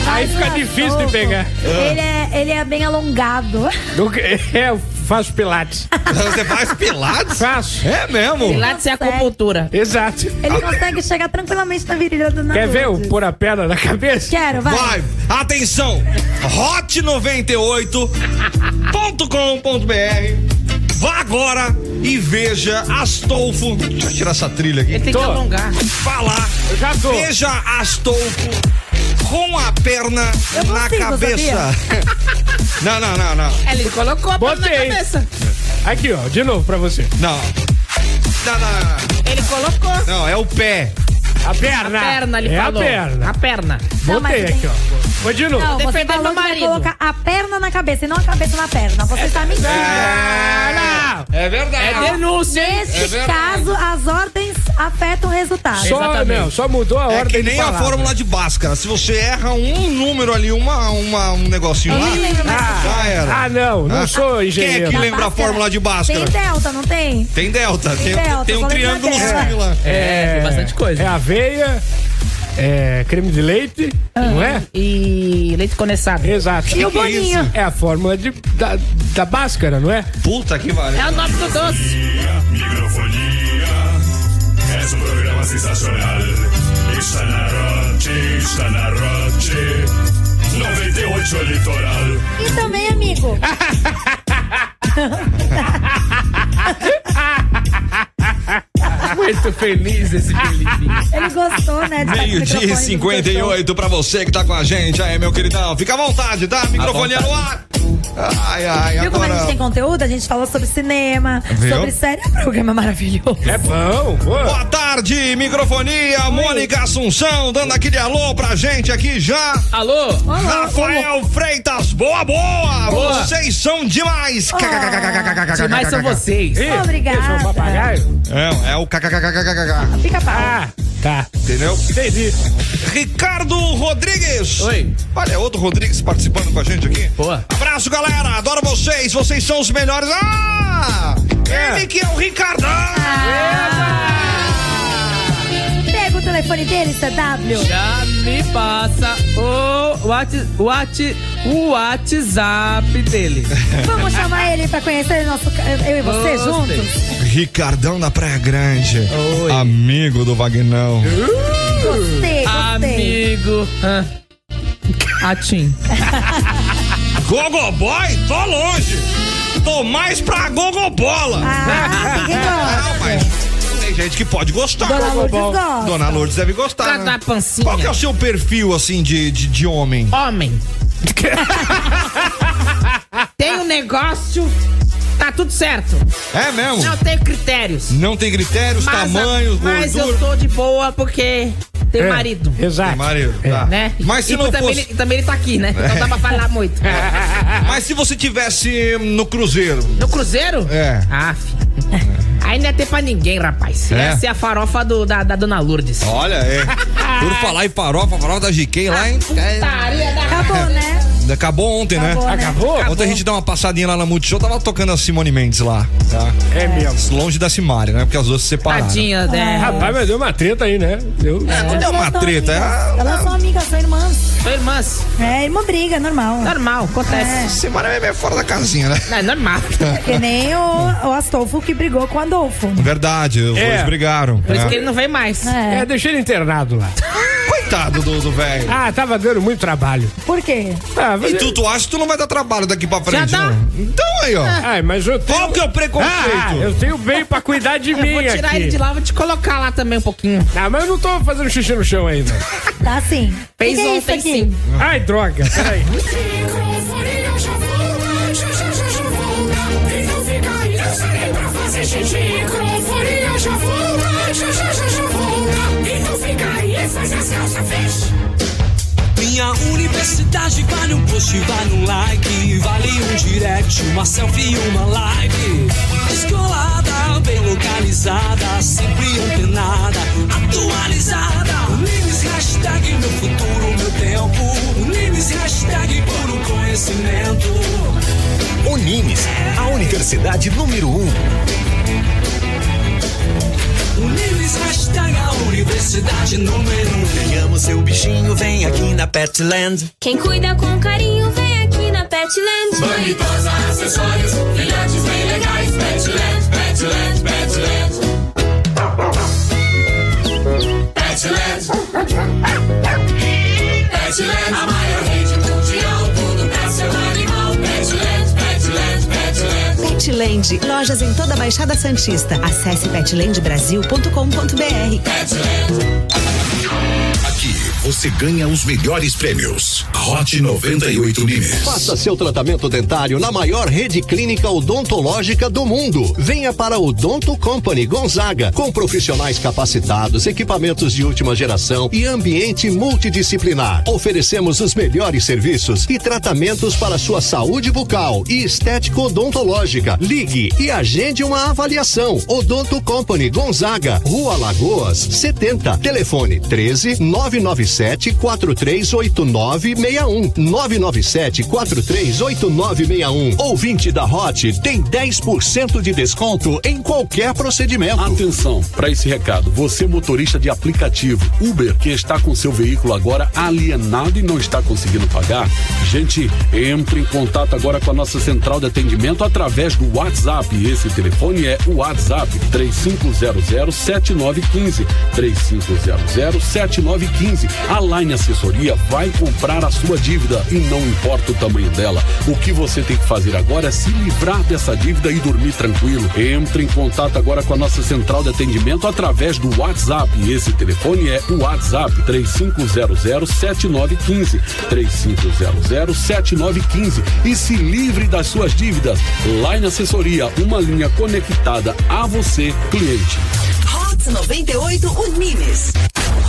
Aí fica difícil de pegar. Ele é, ele é bem alongado. Nunca- É, eu faço pilates. Você faz pilates? Faço. É mesmo. Pilates e Consegue. acupuntura. Exato. Ele consegue chegar tranquilamente na virilha do Quer Naruto. ver eu pôr a perna na cabeça? Quero, vai. Vai, atenção! hot98.com.br Vá agora e veja Astolfo. Deixa eu tirar essa trilha aqui. Ele tem Tô. que alongar. Falar. Eu já tô. Veja Astolfo com a perna não na consigo, cabeça. não, não, não, não. Ele colocou a bola na Botei. cabeça. Aqui, ó, de novo pra você. Não. Não, não, não. Ele colocou a Não, é o pé. A perna. perna, ele é falou. A perna. A perna. Não, mas Botei tem- aqui, ó. Vou de novo. Não, você Defender falou meu que vai marido. colocar a perna na cabeça e não a cabeça na perna. Você tá mentindo. Ah, não. É verdade. É denúncia, hein? Neste caso, as ordens afetam o resultado. Só, Exatamente. não, só mudou a É ordem que nem de a palavra. fórmula de Bhaskara. Se você erra um número ali, uma, uma- um negocinho lá, nem lembro mais é. já era. Ah, não, não Ah. sou Quem é engenheiro. que lembra a Bhaskara. fórmula de Tem Bhaskara? delta, não tem? Tem delta, tem, delta, tem um só lembra triângulo dela. lá. É, tem bastante coisa. É aveia, é creme de leite, Ah. não é? E leite condensado. Exato. E o que é isso? Boninho? É a fórmula de, da, da Bhaskara, não é? Puta que vale. É o nome do doce. Microfonia. Es un programa sensacional. Está na Roche, está na Roche. 98 Litoral. E também, amigo. Muito feliz esse Felipe. Ele gostou, né? de estar com o Meio-dia microfone e do 58 pra você que tá com a gente aí, meu queridão. Fica à vontade, tá? Microfone À no ar. Ai, ai, Viu como a gente agora. tem conteúdo? A gente falou sobre cinema, Viu? sobre série. É um programa maravilhoso. É bom. pô. Boa tarde, microfonia. Mônica Assunção dando aquele alô pra gente aqui já. Alô? Rafael Freitas, boa, boa, Boa. Ah. Vocês são demais! Que mais são vocês? Ih, Obrigada. eu sou um papagaio? É, é o kkkkkkk, Fica pau. Ah, tá. entendeu? Entendi. Ricardo Rodrigues! Oi. Olha, outro Rodrigues participando com a gente aqui. Boa. Abraço, galera! Adoro vocês! Vocês são os melhores! Ah! Ele que é o Ricardão! Ah. Pega o telefone dele, é CW. Já me passa o, what, what, o WhatsApp dele. Vamos chamar ele pra conhecer nosso, eu e você Gostei. juntos? Ricardão da Praia Grande. Oi. Amigo do Vagnão. Gostei, gostei. Amigo. hã? Atim. Gogoboy? Tô longe! Tô mais pra Gogobola! Ah, ninguém tá Ah, mas gosta. tem gente que pode gostar. Dona é Lourdes gosta. Dona Lourdes deve gostar. Tá Né? na pancinha. Qual que é o seu perfil, assim, de, de, de homem? Homem. tem um negócio, tá tudo certo. É mesmo? Não tem critérios. Não tem critérios, Mas a- tamanhos, Mas eu Hum. gordura. tô de boa porque tem É, marido. Exato. Marido, tá. Né? Mas se E não também, fosse- ele, também ele tá aqui, né? Então dá pra falar muito. Ah. Mas se você tivesse no Cruzeiro, No Cruzeiro? É. Ah, fi. Aí não ia ter pra ninguém, rapaz. É? Essa é a farofa do, da, da Dona Lourdes. olha, é. Por falar em farofa, farofa da GK lá, hein? Ah, Putaria da Acabou, né? Acabou ontem, né? Acabou? Ontem a gente deu uma passadinha lá na Multishow, tava tocando a Simone Mendes lá, tá? É mesmo. Longe da Simária, né? Porque as duas se separaram. Tadinha, né? Rapaz, mas deu uma treta aí, né? Deu. Não deu é uma treta, é. Elas são amigas, são irmãs. São irmãs. É, irmã briga, normal. Normal, acontece. Simária é meio fora da casinha, né? É, normal. Que nem o, o Astolfo que brigou com o Adolfo. Verdade, os É. dois brigaram. Por isso né? que ele não vem mais. É. É, deixei ele internado lá. Coitado do do velho. Ah, tava dando muito trabalho. Por quê? Ah, mas E tu, tu acha que tu não vai dar trabalho daqui pra frente, dá. não? Então aí, ó. Ai, mas eu tenho. Qual que é o Ah, preconceito? eu tenho bem pra cuidar de mim Vou tirar aqui. ele de lá, vou te colocar lá também um pouquinho. Ah, mas eu não tô fazendo xixi no chão ainda. Tá sim. Fez Que que é isso ontem aqui? sim. Ai, droga, peraí. Microfonia já volta, já já já já volta. Então fica aí, eu saí pra fazer xixi. Microfonia já volta, já já já já volta. Então fica aí, faz as calças, fecha. Minha universidade vale um post, vale um like, vale um direct, uma selfie, uma live. Escolada, bem localizada, sempre antenada, atualizada. Unimes hashtag meu futuro, meu tempo. Unimes hashtag puro conhecimento. Unimes, a universidade número 1. Um. Unimes hashtag a universidade número um. Ganhamos seu bichinho, vem aqui na Petland. Quem cuida com carinho vem aqui na Petland. Banitosa, acessórios, filhotes bem legais. Petland, Petland, Petland. Petland. Petland, a maior rede mundial. Tudo pra seu animal. Petland, Petland, Petland. Petland, lojas em toda a Baixada Santista. Acesse petlandbrasil.com.br. Aqui você ganha os melhores prêmios. Hot 98 Nimes. Faça seu tratamento dentário na maior rede clínica odontológica do mundo. Venha para o Donto Company Gonzaga, com profissionais capacitados, equipamentos de última geração e ambiente multidisciplinar. Oferecemos os melhores serviços e tratamentos para sua saúde bucal e estético odontológica. Ligue e agende uma avaliação. Odonto Company Gonzaga, Rua Lagoas, 70. Telefone 13 997 438961. 997 438961. Ouvinte da Hot tem 10% de desconto em qualquer procedimento. Atenção para esse recado. Você, motorista de aplicativo Uber, que está com seu veículo agora alienado e não está conseguindo pagar, gente, entre em contato agora com a nossa central de atendimento através do WhatsApp. Esse telefone é o WhatsApp 35007915. 35007915. A Line Assessoria vai comprar a sua dívida e não importa o tamanho dela. O que você tem que fazer agora é se livrar dessa dívida e dormir tranquilo. Entre em contato agora com a nossa central de atendimento através do WhatsApp. Esse telefone é o WhatsApp 35007915. 35007915. E se livre das suas dívidas. Line Assessoria, uma linha conectada a você, cliente. Hot 98 Unimes.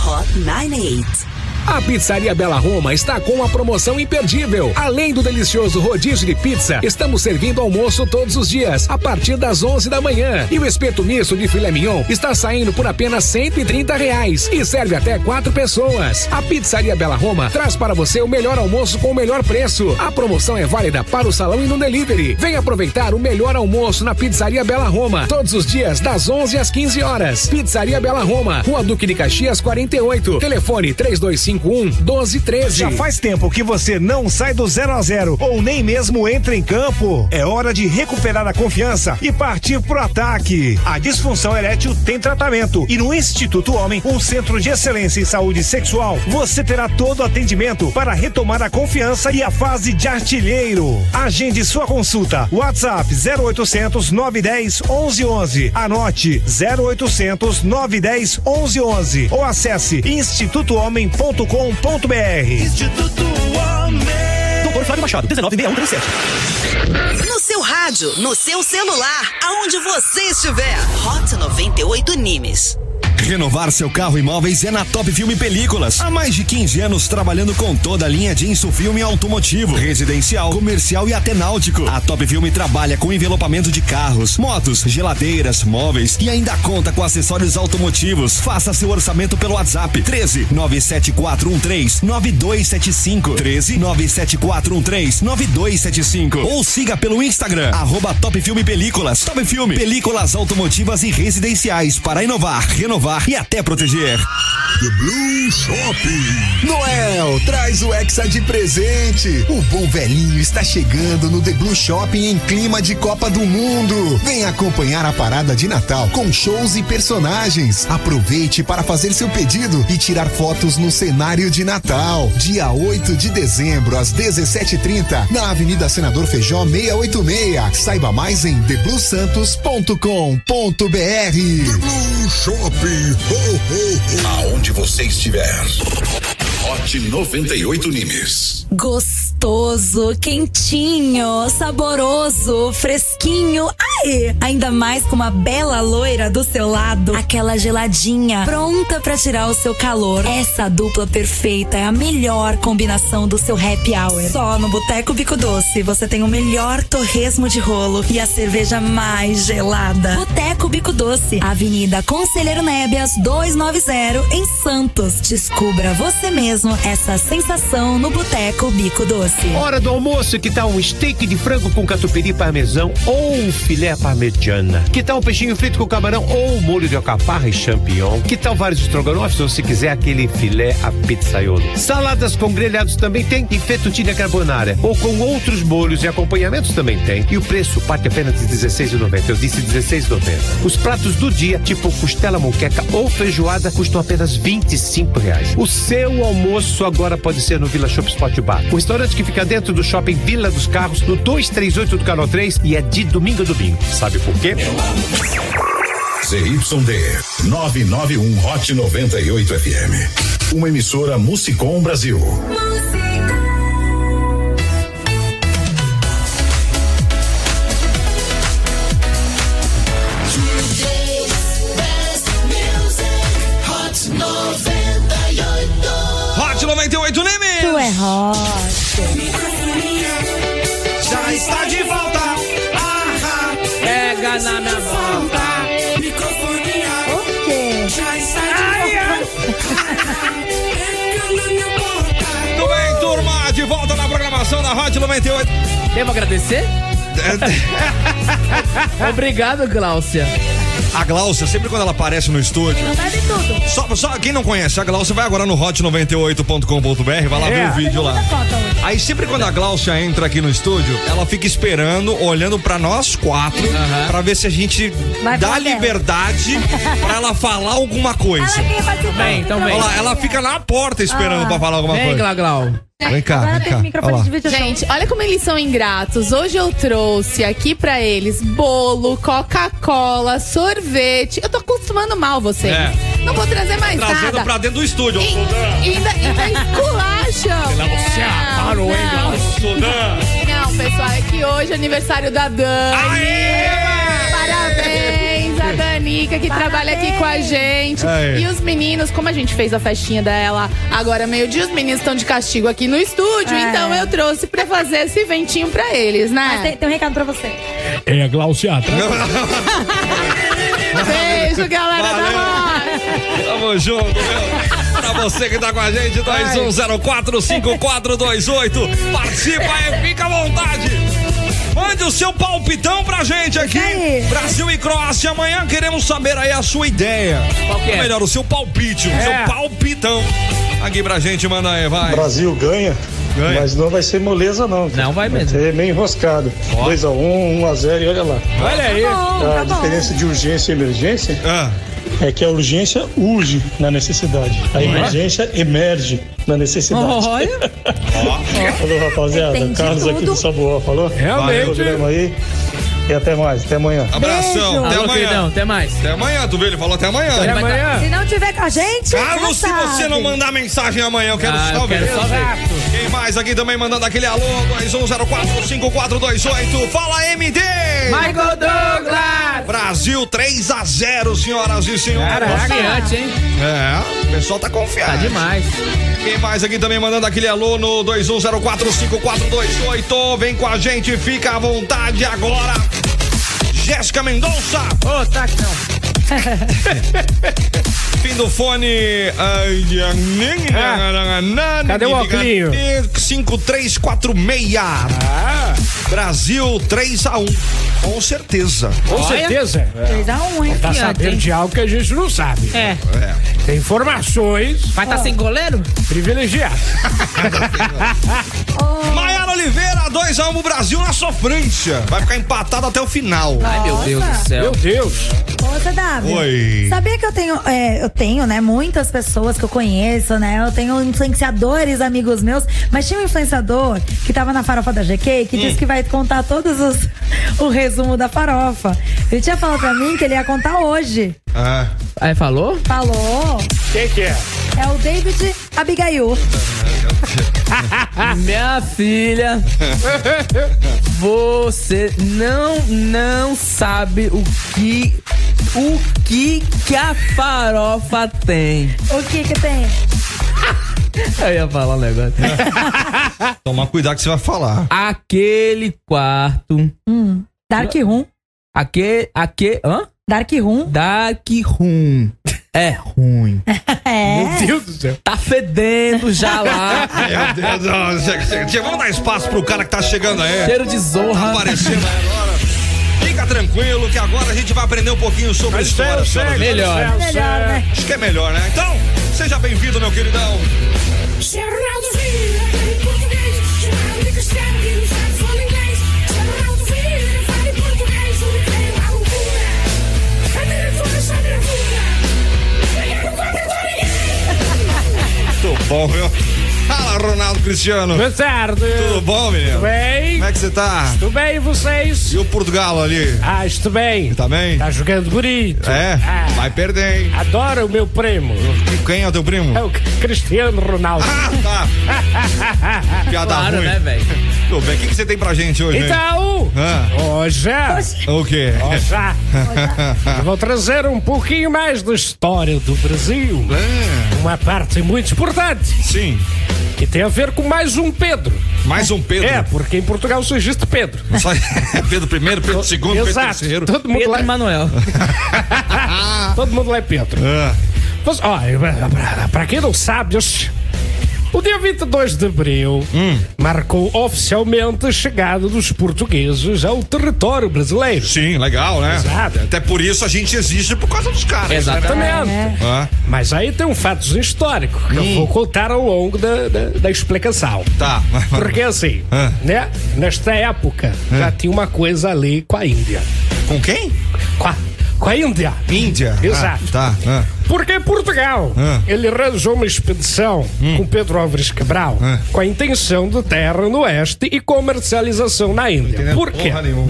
Hot 98. A Pizzaria Bela Roma está com uma promoção imperdível. Além do delicioso rodízio de pizza, estamos servindo almoço todos os dias, a partir das 11 da manhã. E o espeto misto de filé mignon está saindo por apenas 130 reais e serve até quatro pessoas. A Pizzaria Bela Roma traz para você o melhor almoço com o melhor preço. A promoção é válida para o salão e no delivery. Vem aproveitar o melhor almoço na Pizzaria Bela Roma, todos os dias das 11 às 15 horas. Pizzaria Bela Roma, Rua Duque de Caxias 48, telefone 3251 1213. Já faz tempo que você não sai do 0 a 0 ou nem mesmo entra em campo. É hora de recuperar a confiança e partir pro ataque. A disfunção erétil tem tratamento e no Instituto Homem, um centro de excelência em saúde sexual, você terá todo o atendimento para retomar a confiança e a fase de artilheiro. Agende sua consulta. WhatsApp 0800 910 1111. Anote 0800 910 1111 ou acesse institutohomem.com.br. Doutor Flávio Machado, 196137. No seu rádio, no seu celular, aonde você estiver. Hot 98 Nimes. Renovar seu carro e imóveis é na Top Filme Películas. Há mais de 15 anos trabalhando com toda a linha de insufilme automotivo, residencial, comercial e até náutico. A Top Filme trabalha com envelopamento de carros, motos, geladeiras, móveis e ainda conta com acessórios automotivos. Faça seu orçamento pelo WhatsApp 13 97413 9275 13 97413 9275 ou siga pelo Instagram arroba Top Filme Películas. Top Filme Películas automotivas e residenciais para inovar, renovar e até proteger. The Blue Shop. Noel, é, traz o Hexa de presente. O bom velhinho está chegando no The Blue Shopping em clima de Copa do Mundo. Vem acompanhar a parada de Natal com shows e personagens. Aproveite para fazer seu pedido e tirar fotos no cenário de Natal. Dia 8 de dezembro, às 17h30, na Avenida Senador Feijó 686. Saiba mais em thebluesantos.com.br. Blue Shopping. Ho, ho, ho. Aonde você estiver. Hot 98 Nimes. Gostoso, quentinho, saboroso, fresquinho. Ai! Ainda mais com uma bela loira do seu lado, aquela geladinha, pronta pra tirar o seu calor. Essa dupla perfeita é a melhor combinação do seu happy hour. Só no Boteco Bico Doce você tem o melhor torresmo de rolo e a cerveja mais gelada. Boteco Bico Doce, Avenida Conselheiro Nebias 290, em Santos. Descubra você mesmo essa sensação no Boteco Bico Doce. Hora do almoço, que tal um steak de frango com catupiry parmesão ou um filé parmegiana? Que tal um peixinho frito com camarão ou um molho de alcaparra e champignon? Que tal vários estrogonofes ou se quiser aquele filé a pizzaiolo? Saladas com grelhados também tem e fettuccine carbonara ou com outros molhos e acompanhamentos também tem. E o preço parte apenas de 16,90. Eu disse 16,90. Os pratos do dia, tipo costela moqueca ou feijoada, custam apenas 25 reais. O seu almoço agora pode ser no Vila Shop Sport Bar. O restaurante que fica dentro do shopping Vila dos Carros, no 238 do Canal 3 e é de domingo a domingo. Sabe por quê? ZYD 991 Hot 98 FM. Uma emissora Musicom Brasil. Hot 98. Hot 98 Nimes! Tu é Já Tá está de volta. Ahá. Pega na minha volta. Microfonia. O quê? Já está de Tudo bem, turma? De volta na programação da Rádio 98. Devo agradecer? Obrigado, Gláucia. A Glaucia, sempre quando ela aparece no estúdio. Só, só quem não conhece, a Glaucia vai agora no hot98.com.br, vai lá ver o vídeo lá. Aí sempre quando a Glaucia entra aqui no estúdio, ela fica esperando, olhando pra nós quatro, pra ver se a gente Vai dá falar dela. liberdade pra ela falar alguma coisa. Bem, então é Olha vem. lá, ela fica na porta esperando Ah. pra falar alguma Vem, coisa. Glau, Glau. Vem cá, Agora tem vem cá. Olha lá. Gente, olha como eles são ingratos. Hoje eu trouxe aqui pra eles bolo, Coca-Cola, sorvete. Eu tô acostumando mal vocês. É. Não vou trazer mais Trazendo nada. pra dentro do estúdio. E- Ainda, ainda esculacham. ah, Não, não. Não, pessoal, é que hoje é aniversário da Ah, Dani. Parabéns a Danica que trabalha aqui com a gente. Aê. E os meninos, como a gente fez a festinha dela agora meio-dia, os meninos estão de castigo aqui no estúdio. É. Então eu trouxe pra fazer esse ventinho pra eles, né? tem, um recado pra você. É, Glaucia, tra- Beijo, galera da Tamo junto, meu. Pra você que tá com a gente, 21045428. Participa aí, fica à vontade. Mande o seu palpitão pra gente aqui. Brasil e Croácia, amanhã queremos saber aí a sua ideia. Qual que é? Ou melhor, o seu palpite, o seu palpitão. Aqui pra gente, manda aí, vai. Brasil ganha, mas não Então vai ser moleza, não. Não vai mesmo. Vai ser meio enroscado. 2x1, 1x0 e olha lá. Olha aí. Tá bom, tá a bom. diferença de urgência e emergência Ah, é que a urgência urge na necessidade. A Ué? emergência emerge na necessidade. Olha. Falou, rapaziada. Entendi Carlos aqui tudo. do Sabuó, falou? Realmente. Valeu, programa aí. E até mais, até amanhã. Abração, até Alô, amanhã. queridão, até mais. tá- Até amanhã, tu vê? Ele falou até amanhã. Até amanhã. Se não tiver com a gente. Carlos, já se você sabe. não mandar mensagem amanhã, eu quero Ah, eu só ver. quero só ver. Exato. Quem mais aqui também mandando aquele alô? 21045428. Fala, MD! Michael Douglas! Brasil 3 a 0 senhoras e senhores. Caraca, confiante, hein? É, o pessoal tá confiante. Tá demais. Quem mais aqui também mandando aquele alô no 21045428. Vem com a gente, fica à vontade agora. Jéssica Mendonça. Ô, tá aqui não. Fim do fone. ai, ai, cadê o fica- óculinho? 5346. Brasil 3 a 1 Com certeza. Com certeza. Três a um, hein? Tá sabendo de algo que a gente não sabe. É. Tem informações. Vai tá sem goleiro? Privilegiadas. Maiara Oliveira, 2 a 1 Brasil na sofrência. Vai ficar empatado até o final. Ai, meu Deus do É. céu. Meu Deus. Ô, CW, Oi. Sabia que eu tenho, é, eu tenho, né, muitas pessoas que eu conheço, né? Eu tenho influenciadores, amigos meus, mas tinha um influenciador que tava na farofa da GK que Hum. disse que vai contar todos os o resumo da farofa. Ele tinha falado pra mim que ele ia contar hoje. Ah. Aí falou? Falou. Quem que é? É o David Abigail. Minha filha, você não não sabe o que o que que a farofa tem. O que que tem? Eu ia falar um negócio. Toma cuidado que você vai falar. Aquele quarto. Dark Room. Aquele. Aque, hã? Dark Room. Dark Room. É ruim. É. Deus do céu. Tá fedendo já lá. Meu Deus, ó, che- che- che- vamos dar espaço pro cara que tá chegando aí. Cheiro de zorra. Tá aparecendo aí agora. Fica tranquilo que agora a gente vai aprender um pouquinho sobre a história. senhoras e senhores. Melhor, né? Acho que é melhor, né? Então, seja bem-vindo, meu queridão. Geraldo Vieira, fale português. Geraldo Cristiano, fale fala inglês. Geraldo Vieira, fale português. O que é a loucura? A diretora está nervura. Ganharam quatro agora, Muito bom, viu? Fala, Ronaldo Cristiano. Boa tarde. Tudo bom, menino? Tudo bem? Como é que você tá? Tudo bem, e vocês? E o Portugal ali? Ah, estou bem. Tá bem? Tá Ah. jogando bonito. É? Vai perder, hein? Adoro o meu primo. Quem é o teu primo? Ah, É o Cristiano Ronaldo. Ah, tá. Piada ruim. né, Tudo bem, o que, que você tem pra gente hoje, hein? Então, Ah. hoje, O quê? hoje, eu vou trazer um pouquinho mais da história do Brasil. Uma parte muito importante. Sim. Que tem a ver com mais um Pedro. Mais um Pedro? É, porque em Portugal só existe Pedro. Só- Pedro I, Pedro II, Pedro Exato. III. Todo mundo lá... Manuel. Todo mundo lá é Pedro. Mas, ó, pra- pra quem não sabe, os- o dia 22 de abril marcou oficialmente a chegada dos portugueses ao território brasileiro. Sim, legal, né? Exato. Até por isso a gente existe por causa dos caras. né? Exatamente. Ah, Mas aí tem um fato histórico que eu vou contar ao longo da, da, da explicação. Tá. Porque assim, Ah. né? Nesta época já tinha uma coisa ali com a Índia. Com quem? Com a, com a Índia. Índia? Exato. Ah, tá. ah. Porque em Portugal Ah. Hum. ele arranjou uma expedição com Pedro Álvares Cabral Ah. com a intenção de terra no oeste e comercialização na Índia. Por quê? Porra nenhuma.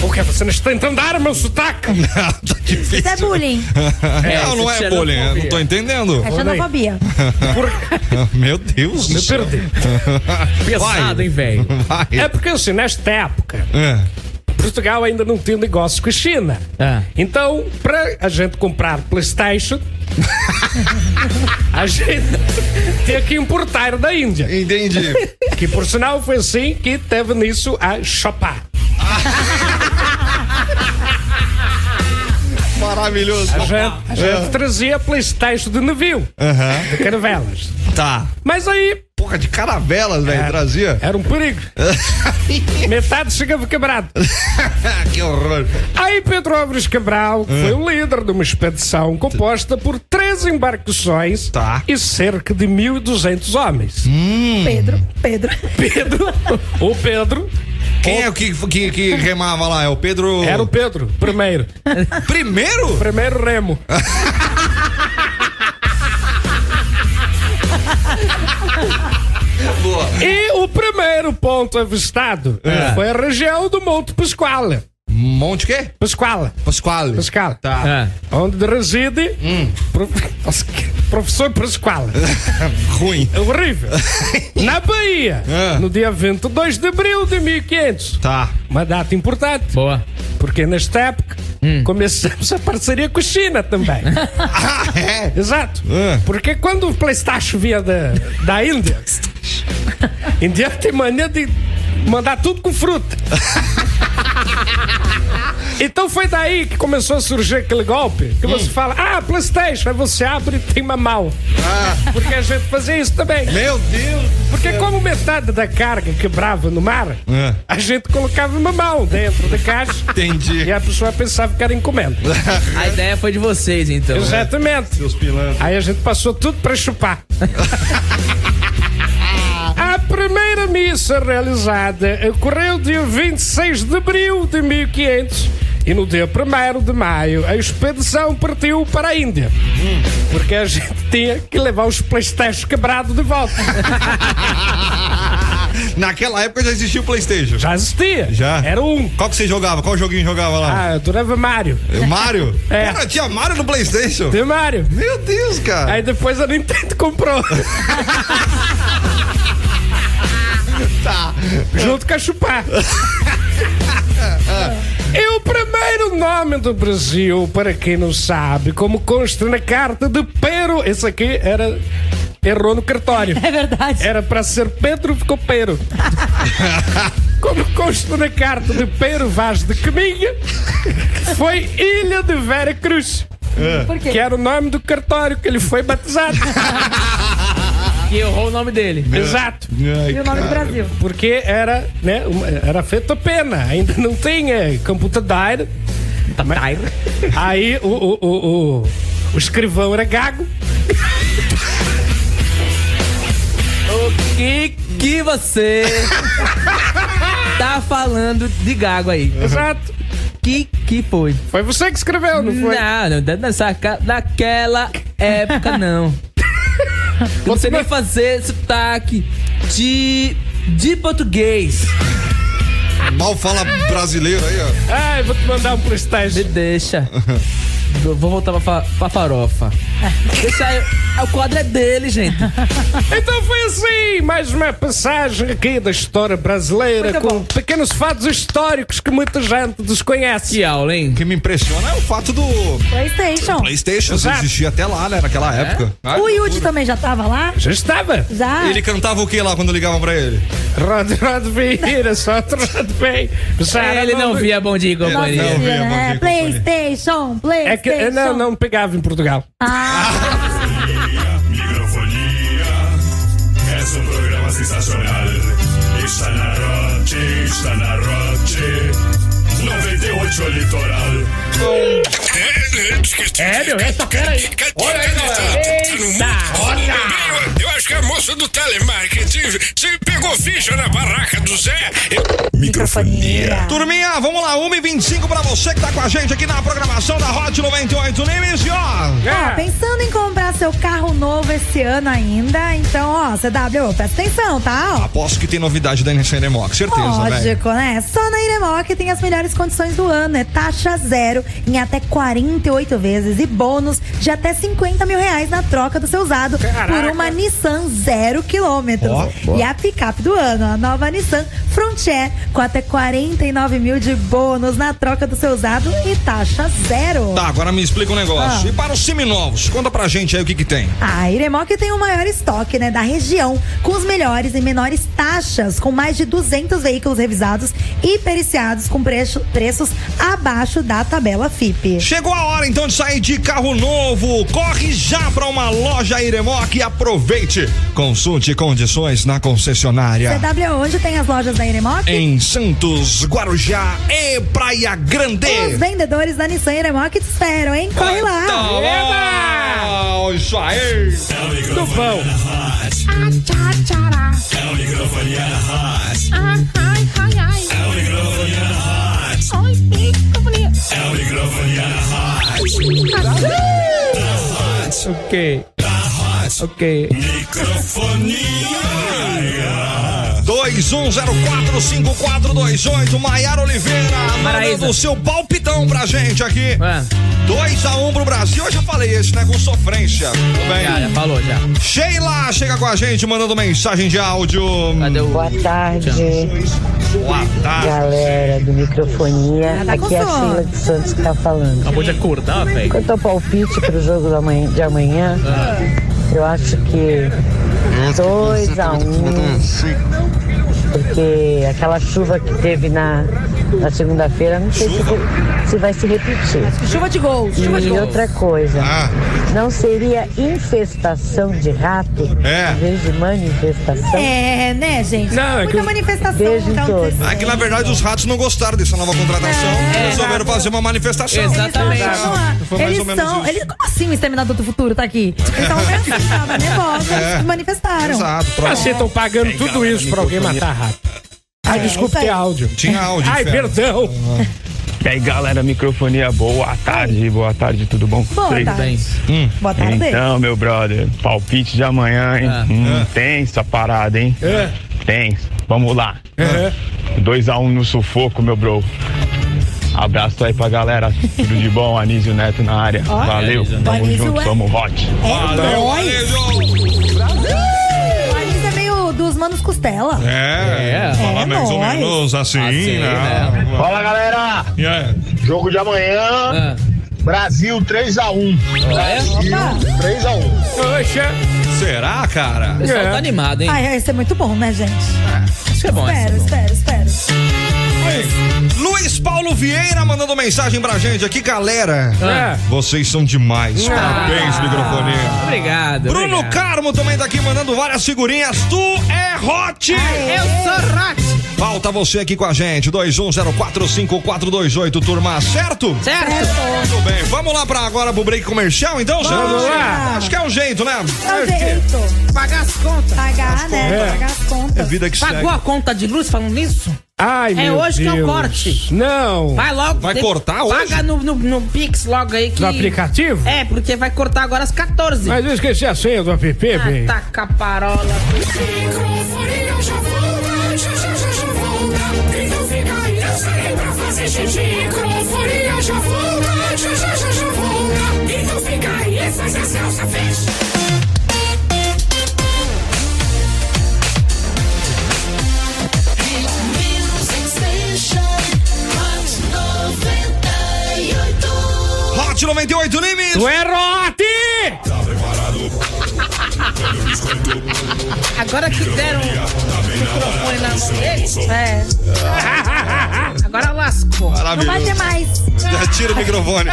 Porque você não está entendendo meu sotaque? tá difícil. Isso é bullying. É, não, não isso é é bullying, eu não tô xenofobia. entendendo. É xenofobia. Ah, Meu Deus. Me do céu. perdi. Pesado, hein, velho? Vai. É porque assim, nesta época, Ah, Portugal ainda não tinha negócio com a China. Então, para a gente comprar Playstation, a gente tinha que importar da Índia. Entendi. Que por sinal foi assim que teve nisso a Chopá. Maravilhoso. A gente, a gente trazia Playstation de navio, Aham. de caravelas. Tá. É. Mas aí Porra de caravelas, velho, trazia. era um perigo. Metade chegava quebrado. Ah, que horror. Aí Pedro Álvares Cabral Hum. foi o líder de uma expedição composta por três embarcações Tá. Hum. e cerca de 1.200 homens. Pedro, Pedro. Pedro, o Pedro, Quem é o que, que, que remava lá? É o Pedro. era o Pedro, primeiro. primeiro? Primeiro remo. É. E o primeiro ponto avistado foi a região do Monte Pascoal. Monte o quê? Pasquale. Pasquale. Pasquale. Tá. Hum. Onde reside. prof- Nossa, que- Professor Pasquale. Ruim. Horrível. Na Bahia. No dia 22 de abril de 1500. Tá. Uma data importante. Boa. Porque é nesta época. Começamos a parceria com a China também. ah, é? Exato. Porque quando o Playstation vinha da, da Índia, Indiana tem mania de mandar tudo com fruta. Então foi daí que começou a surgir aquele golpe que você fala, ah, Playstation, aí você abre e tem mamão. Porque a gente fazia isso também. Meu Deus! Porque como metade da carga quebrava no mar, É. a gente colocava mamão dentro da caixa. Entendi. E a pessoa pensava que era encomenda. A ideia foi de vocês, então. Exatamente. Seus pilantras. Aí a gente passou tudo pra chupar. A primeira missa realizada ocorreu dia 26 de abril de 1500 e no dia 1 de maio a expedição partiu para a Índia. Hum. Porque a gente tinha que levar os plastéis quebrados de volta. Naquela época já existia o Playstation. Já existia. Já. Era um. Qual que você jogava? Qual joguinho jogava lá? Ah, eu adorava Mario. Ah. Mario? É. Cara, tinha Mario no Playstation? Tinha Mario. Meu Deus, cara. Aí depois a Nintendo comprou. Tá. Junto com a chupar. E o primeiro nome do Brasil, para quem não sabe, como consta na carta de Pero, esse aqui era. Errou no cartório. É verdade. Era para ser Pedro, ficou Pero. Como consta na carta de Pero Vaz de Caminha, foi Ilha de Vera Cruz. Por quê? é Que era o nome do cartório que ele foi batizado. E errou o nome dele. Exato. Ai, E o nome do cara. Brasil. Porque era, né, uma- era feito a pena. Ainda não tinha computador. Mas- Aí o, o, o, o, o escrivão era gago. O que que você tá falando de gago aí? Exato. Que que foi? Foi você que escreveu, não foi? Não, não, da- nessa, ca- daquela época não. Eu não sei nem fazer sotaque de, de português. Mal fala brasileiro aí, ó. Ai, vou te mandar um PlayStation. Deixa. Eu vou voltar pra, fa- pra farofa. Deixa eu, o quadro é dele, gente. Então foi assim, mais uma passagem aqui da história brasileira Muito com pequenos fatos históricos que muita gente desconhece. Que aula, hein? O que me impressiona é o fato do Playstation. Playstation Exato. É. existia até lá, né? Naquela época. Ah, O Yudi também já tava lá? Já estava. Já. Ele cantava o que lá quando ligavam pra ele? Ah. Rod, Rod, vira, só Rod, bem. É, Ele não via Bom Dia e Companhia. Não via, É, mano. Playstation, Playstation. É que eh, não, não pegava em Portugal. Microfonía es un é um programa sensacional. Está na Roche, está na Roche. 98 Litoral. É, meu, essa fera aí. Olha aí, Olha! Eu acho que é a moça do telemarketing se pegou ficha na barraca do Zé. Microfonia. Turminha, vamos lá, 1h25 pra você que tá com a gente aqui na programação da Hot 98 Nimes, e ó. Ah, Ó, Ah, pensando em comprar seu carro novo esse ano ainda, então, ó, CW, presta atenção, tá? Ó, Aposto que tem novidade da NSN Democ, certeza, velho. Lógico, né? Só na Iremoc tem as melhores condições do ano. É taxa zero em até 48 vezes e bônus de até 50 mil reais na troca do seu usado por uma Nissan zero quilômetros. Ó, boa. E a picape do ano, a nova Nissan Frontier, com até 49 mil de bônus na troca do seu usado e taxa zero. Tá, agora me explica um negócio. Ah. E para os seminovos, conta pra gente aí o que que tem. A Iremoc tem o maior estoque né, da região, com os melhores e menores taxas, com mais de 200 veículos revisados e periciados com preço- preços abaixo da tabela FIP. Chegou a hora então de sair de carro novo. Corre já para uma loja Iremoc e aproveite. Consulte condições na concessionária. CW onde tem as lojas da Iremoc? Em Santos, Guarujá e Praia Grande. Os vendedores da Nissan Iremoc te esperam, hein? Corre lá! Eba! Isso aí! Ah, Do pão. É o microfonia na Hot. É o microfonia na Hot. É o microfonia na Hot. Na Hot. Ok. Na Hot. Ok. Microfonia. 21045428. Maiara Oliveira, mandando o seu palpitão pra gente aqui. É. 2x1 pro Brasil. Eu já falei esse, né? Com sofrência. Tudo bem? Já, já falou, já. Sheila chega com a gente, mandando mensagem de áudio. Boa tarde. Boa tarde. Galera do microfonia, tá com aqui é a sono. Sheila dos Santos que tá falando. Acabou de acordar, é velho. Quanto ao palpite pro jogo da manhã- de amanhã, Ah. eu acho que 2 a 1 um, porque aquela chuva que teve na, na segunda-feira, não sei se, re- se vai se repetir. Chuva de gols. Chuva de E gols. outra coisa, Ah. não seria infestação de rato É. em vez de manifestação? É, né, gente? Não, é Muita que os- manifestação. então, É que na verdade os ratos não gostaram dessa nova contratação. resolveram fazer uma manifestação. É, Exatamente. Foi mais eles ou menos são. isso. Eles, como assim o exterminador do futuro tá aqui? Eles são assim, tava nervosa, É. eles manifestaram. Mas vocês estão tá pagando tudo isso pra alguém matar rato. Ai, É, desculpa, isso aí. tem áudio. Tinha um áudio, Ai, fera. perdão. E aí, galera, microfonia, boa tarde, boa tarde, tudo bom? com Boa vocês? tarde. Hum. Boa tarde. Então, meu brother, palpite de amanhã, hein? Hum, Tensa a parada, hein? É. Tensa. Vamos lá. 2x1 no sufoco, meu bro. Abraço aí pra galera. Tudo de bom, Anísio Neto na área. Ó. Valeu. Anísio Tamo Neto. junto, Anísio é- vamos hot. Mas isso é meio dos manos costela. É, É, Ah, falar mais ou nós. menos assim, né? Fala galera! Jogo de amanhã. Brasil 3x1. Brasil 3x1. Será, cara? O pessoal tá animado, hein? Ai, isso é muito bom, né, gente? Isso que é bom, Espero, isso espero, espero. Luiz Paulo Vieira mandando mensagem pra gente aqui, galera. É. Vocês são Ah. demais. Parabéns, microfone. Obrigado. Bruno Carmo também tá aqui mandando várias figurinhas. Tu é hot! Ah, Eu sou hot! Falta você aqui com a gente. 21045428, turma, certo? Certo. Muito bem. Vamos lá pra agora pro break comercial, então, Vamos gente? lá. Acho que é um jeito, né? Perfeito. Pagar as contas. Pagar, né? É. Pagar as contas. É vida que Pagou segue. a conta de luz falando nisso? Ai, É meu hoje que é o Deus. corte. Não. Vai logo. de- Paga no, no, no Pix logo aí que... No aplicativo? É, porque vai cortar agora às 14. Mas eu esqueci a senha do app, velho. Ah, tá caparola. Microfonia já volta, já já já já volta. Então fica aí, eu saí pra fazer xixi. Microfonia já volta, já já já já volta. Então fica aí, faz a salsa, fez. Hot 98 Nimes! Tu é hot! Agora que deram microfone na mão dele. É. Agora lascou. Não vai ter mais. Já tira o microfone.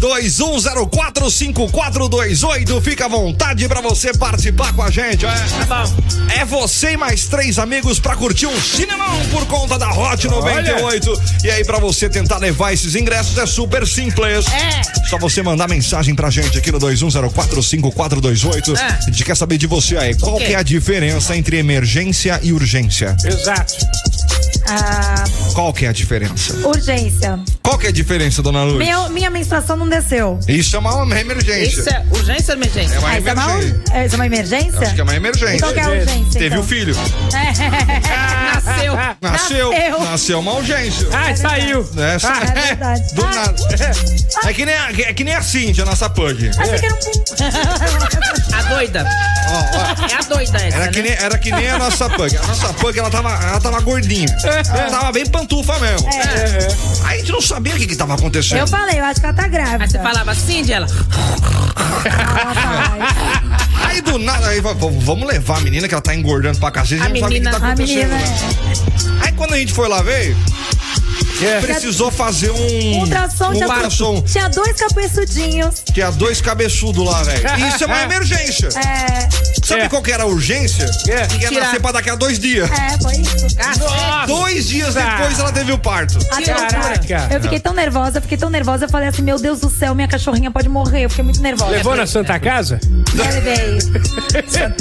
21045428. Fica à vontade pra você participar com a gente, é? É você e mais três amigos pra curtir um cinemão por conta da Hot 98. E aí, pra você tentar levar esses ingressos é super simples. É. Só você mandar mensagem pra gente aqui no 21045428. É. A gente quer saber de você aí. Qual O quê? que é a diferença entre emergência e urgência? Exato. Ah, Qual que é a diferença? urgência. Qual que é a diferença, dona Luz? Minha, minha menstruação não desceu. Isso é uma emergência. Isso é urgência ou Ah, emergência? É uma emergência. É, isso é uma emergência? Acho que é uma emergência. Então que é urgência. Teve então. o filho. É. Nasceu. Nasceu. Nasceu uma urgência. Ah, saiu. É, sa- Ah, é verdade. Do nada. É que nem a, é que nem a Cíntia, nossa pug. Achei que era um pum. A doida. É a doida essa, Era que, nem, era que nem a nossa pug. A nossa pug, ela tava, ela tava gordinha. Ela tava bem pantufa mesmo. Aí a gente não sabia o que que tava acontecendo. É. Eu falei, eu acho que ela tá grávida. Aí você "Ah, falava assim, Diela? tá." Aí do nada, aí, va- va- vamos levar a menina que ela tá engordando pra cacete. A, A gente não sabe o que "Ah, menina- né? que tá a acontecendo. Aí quando a gente foi lá ver, É. precisou fazer um... Ultrassom, um tinha, ultrassom. tinha dois cabeçudinhos. Tinha é dois cabeçudos lá, velho. Isso é uma emergência. É. Sabe qual que era a urgência? É. Que ia Tirar. nascer pra daqui a dois dias. É, Tá. foi isso. Dois dias Nossa. depois ela teve o parto. Ah, Caraca. Eu fiquei tão nervosa, eu fiquei tão nervosa, eu falei assim, meu Deus do céu, minha cachorrinha pode morrer. Eu fiquei muito nervosa. Levou na Santa Casa? Eu levei.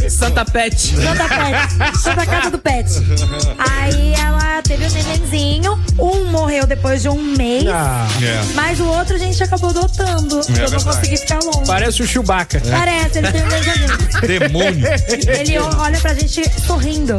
Santa Pet. Santa Pet. Santa Casa do Pet. Aí ela teve um nenenzinho. Um morreu depois de um mês. Ah. É. Mas o outro a gente acabou adotando. É eu não verdade. consegui ficar longe. Parece o Chewbacca. Parece, ele tem um nenenzinho. Demônio. Ele olha pra gente sorrindo.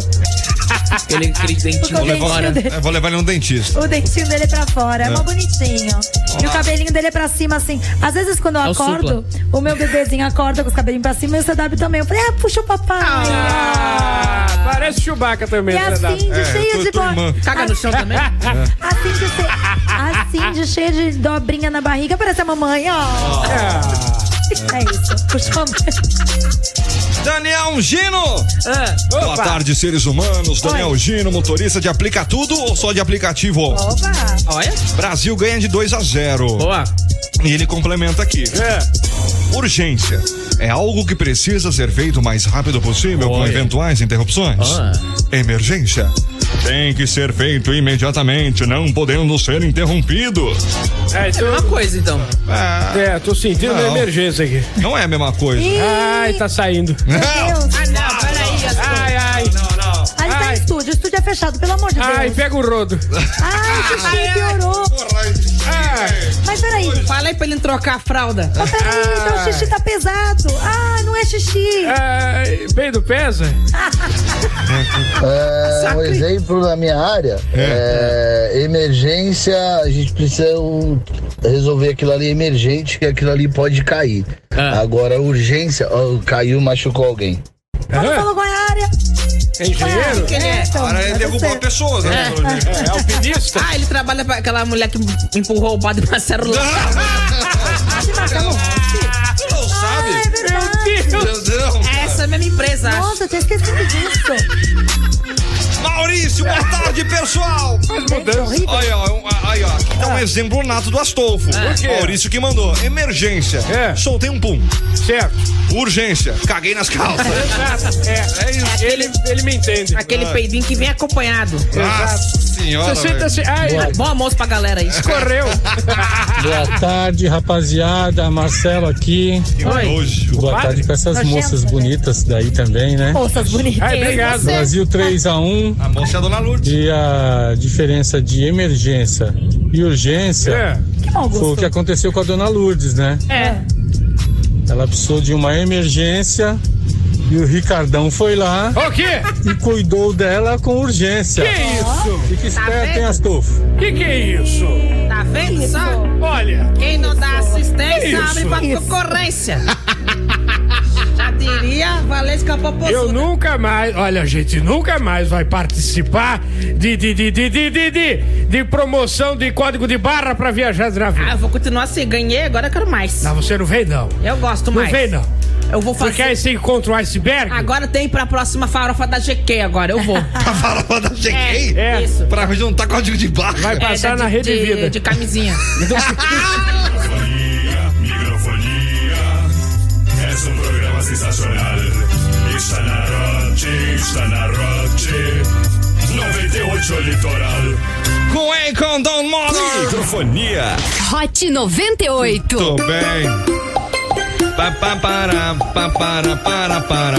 Aquele, aquele dentinho Vou levar, fora. é, vou levar ele no dentista. O dentinho dele é pra fora, é, É. mó bonitinho. E o cabelinho dele é pra cima, assim. Às vezes, quando eu É o acordo, o, meu bebezinho acorda com os cabelinhos pra cima e o Sedab também. Eu falei, ah, puxa o papai. Ah, Parece Chewbacca também, É é E assim, de cheio de bo- Caga no chão também? Assim, de che- assim, de cheio de dobrinha na barriga, parece a mamãe, ó. assim. É isso. Puxa Daniel Gino! Boa opa. tarde, seres humanos. Daniel Oi. Gino, motorista de aplica tudo ou só de aplicativo? tá Olha. Brasil ganha de 2 a 0. Boa. E ele complementa aqui. É, Urgência. É algo que precisa ser feito o mais rápido possível com eventuais interrupções. Emergência. Tem que ser feito imediatamente, não podendo ser interrompido. É, então... uma coisa, então. É, tô sentindo uma Não. emergência aqui. Não é a mesma coisa. Ai, tá saindo. Ah, não, peraí. Ai, ai. Aí tá em estúdio, o estúdio é fechado, pelo amor de Deus. Ai, pega o rodo. Ai, que cheio, piorou. Mas peraí. Fala aí pra ele trocar a fralda. Mas peraí, então o xixi tá pesado. Ah, não é xixi. Ai, peido pesa? É, um exemplo da minha área, é, emergência, a gente precisa o- resolver aquilo ali emergente, que aquilo ali pode cair. Agora, urgência, ó, caiu, machucou alguém. Quando falou Goiária. É engenheiro? Quem é? então, Agora ele é derrubou você. pessoas, né? É. É alpinista? Ah, ele trabalha pra aquela mulher que empurrou o balde pra celular. Tu não sabe? Meu Deus. Deus. Essa é a mesma empresa. acho. É Nossa, eu tinha esquecido disso. Maurício, boa tarde, pessoal! Faz é mudança. Aí, ó, um- aí, ó. Aqui tá um exemplo nato do Astolfo. Por quê? Maurício que mandou. Emergência. Soltei um pum. Certo. Urgência. Caguei nas calças. Exato. É, ele, ele me entende. Aquele Ah. peidinho que vem acompanhado. Nossa senhora, É Você senta velho. assim, ai, Boa. Bom almoço pra galera aí. Escorreu. Boa tarde, rapaziada. Marcelo aqui. Oi. nojo. Boa tarde pra essas Nojento, moças bonitas Tá daí também, né? Moças bonitas. Ai, obrigado. Brasil 3x1. A moça é a dona Lourdes. E a diferença de emergência e urgência É. Que mau foi gosto. o que aconteceu com a dona Lourdes, né? É. Ela precisou de uma emergência e o Ricardão foi lá O quê? e cuidou dela com urgência. Que é Tá isso? Fica esperto, hein, Astolfo? Que que é isso? Tá vendo só? Olha. Quem não dá assistência Isso. abre pra Isso. concorrência. Já diria Valesca Popozuda. Eu nunca mais, olha, gente, nunca mais vai participar de, de, de, de, de, de, de, de promoção de código de barra pra viajar na vida. Ah, eu vou continuar assim. Ganhei, agora eu quero mais. Não, você não vem, não. Eu gosto Não mais. vem, não. Eu vou fazer. Você quer esse encontro iceberg? Agora tem pra próxima farofa da GQ agora, eu vou. A farofa da GQ? É, é. isso. Pra juntar código de barra. Vai passar É, da- na Rede de, Vida. De camisinha. Microfonía es un programa sensacional. Está na Roche, está na Roche. 98 Litoral. Com Akon Don Mother. Microfonia. Hot 98. Tô bem. Pa, pa, para, pa, para, para, para.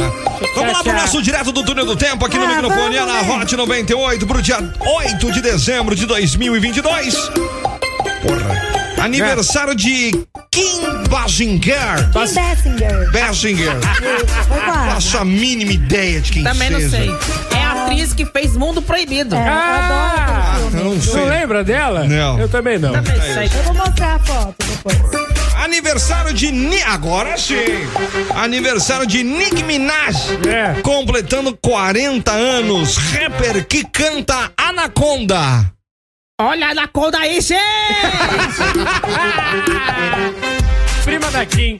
Vamos lá pro nosso direto do túnel do tempo aqui no Ah, microfone na né? Hot 98 pro dia 8 de dezembro de 2022. Porra. Aniversário de Kim Basinger. Kim Basinger. Basinger. Faço a mínima ideia de quem Também não seja. sei. É a atriz que fez Mundo Proibido. Ah, eu não sei. Não lembra dela? Não. Eu também não. Eu vou mostrar a foto depois. Aniversário de Ni... Agora sim! Aniversário de Nick Minaj. Completando 40 anos. Rapper que canta Anaconda. Olha na conta aí, gente! Prima da Kim.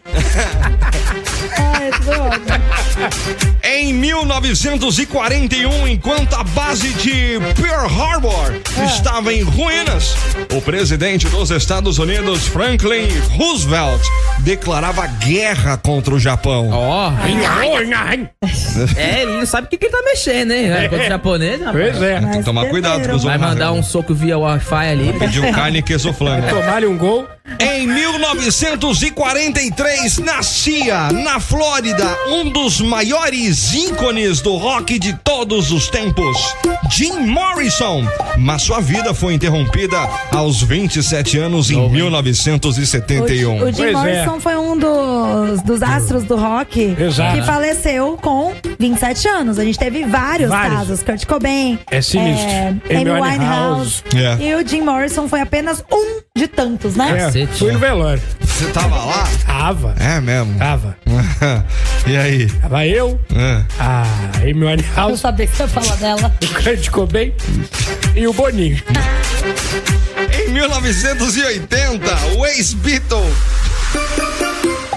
Em 1941, enquanto a base de Pearl Harbor estava em ruínas, o presidente dos Estados Unidos, Franklin Roosevelt, declarava guerra contra o Japão. Ó. É, ele não sabe o que, que ele tá mexendo, né? É. Enquanto japonês, rapaz. Pois é. Tem que tomar cuidado com os Vai homens. mandar um soco via Wi-Fi ali. Pediu um carne e queijo flango. Tomar-lhe um gol. Em 1943, nascia na Flórida um dos maiores ícones ícones do rock de todos os tempos, Jim Morrison. Mas sua vida foi interrompida aos 27 anos em 1971. O Jim Morrison foi um dos, dos astros do rock Exato. que faleceu com 27 anos. A gente teve vários, Vários. casos. Kurt Cobain, É sinistro. Amy Amy Winehouse. Winehouse. É. E o Jim Morrison foi apenas um de tantos, né? É, Fui no velório. Você tava lá? Tava. É mesmo? Tava. e aí? É. Tava eu, a Amy Winehouse. Eu sabia que você ia falar dela. O Kurt Cobain e o Boninho. Em 1980, o ex-Beatle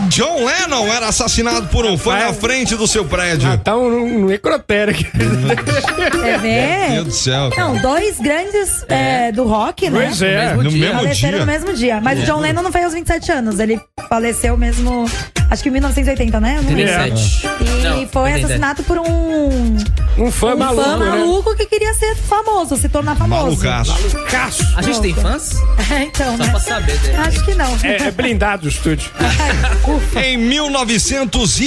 John Lennon era assassinado por um fã na frente do seu prédio. Ah, tá um, um necrotério aqui. Você vê? Meu Deus do céu. cara. é. Não, dois grandes é, do rock, né? Pois é. No mesmo dia. Faleceram no mesmo dia. Mas o É. John Lennon não foi aos 27 anos. Ele faleceu mesmo, acho que em 1980, né? Eu não lembro. 37. E Não, foi 87. assassinado por um... Um fã maluco, né? maluco que queria ser famoso, se tornar famoso. Malucaço. Malucaço. A gente tem fãs? então, Só né? pra saber, né? Acho que não. É, é blindado o estúdio. Em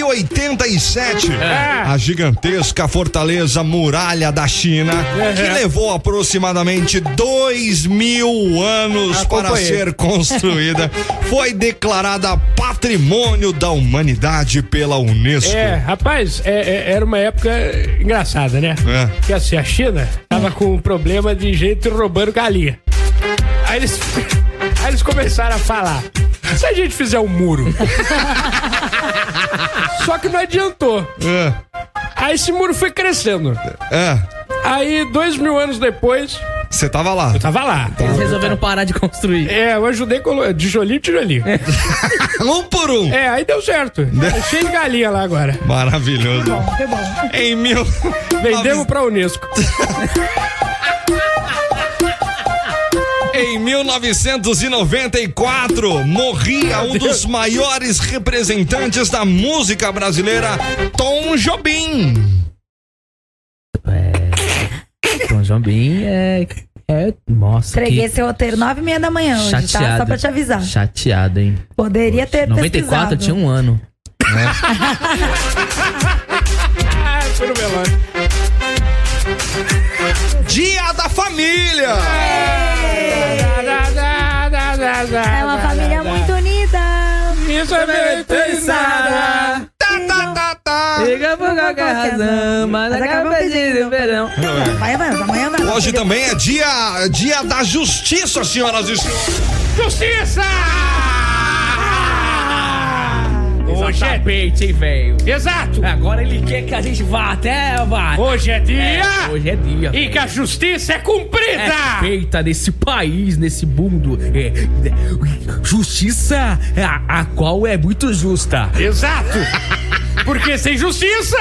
1987, É. a gigantesca fortaleza muralha da China, que levou aproximadamente dois mil anos para Acompanhei. ser construída, foi declarada Patrimônio da Humanidade pela Unesco. É, rapaz, é- é- era uma época engraçada, né? Porque assim, a China tava com um problema de gente roubando galinha. Aí eles, aí eles começaram a falar: se a gente fizer um muro. Só que não adiantou. É. Aí esse muro foi crescendo. Aí, dois mil anos depois. Você tava lá? Eu tava lá. Eles resolveram parar de construir. É, eu ajudei colo... de jolinho, de jolinho. É. um por um. É, aí deu certo. É cheio de galinha lá agora. Maravilhoso. Foi bom. Em mil. Vendemos pra Unesco. Em 1994, morria um dos maiores representantes da música brasileira, Tom Jobim. Tom Jobim é. é nossa. Entreguei Que esse roteiro nove e meia da manhã hoje, tá? chateado. Só pra te avisar. Chateado, hein? Poderia ter 94 eu pesquisado. tinha um ano. Foi no velório. Dia da família! É uma família muito unida. Isso é bem pensada. Liga pro qualquer razão, mas acaba pedindo verão. Vai, vai, amanhã vai. Hoje também é dia, dia da justiça, senhoras e senhores. Justiça! Ah! Hoje é peito, hein, velho? Exato! Agora ele quer que a gente vá até vá. Hoje é dia! É, hoje é dia. E que a justiça é cumprida! É feita nesse país, nesse mundo. É, é, justiça a, a qual é muito justa. Exato! Porque sem justiça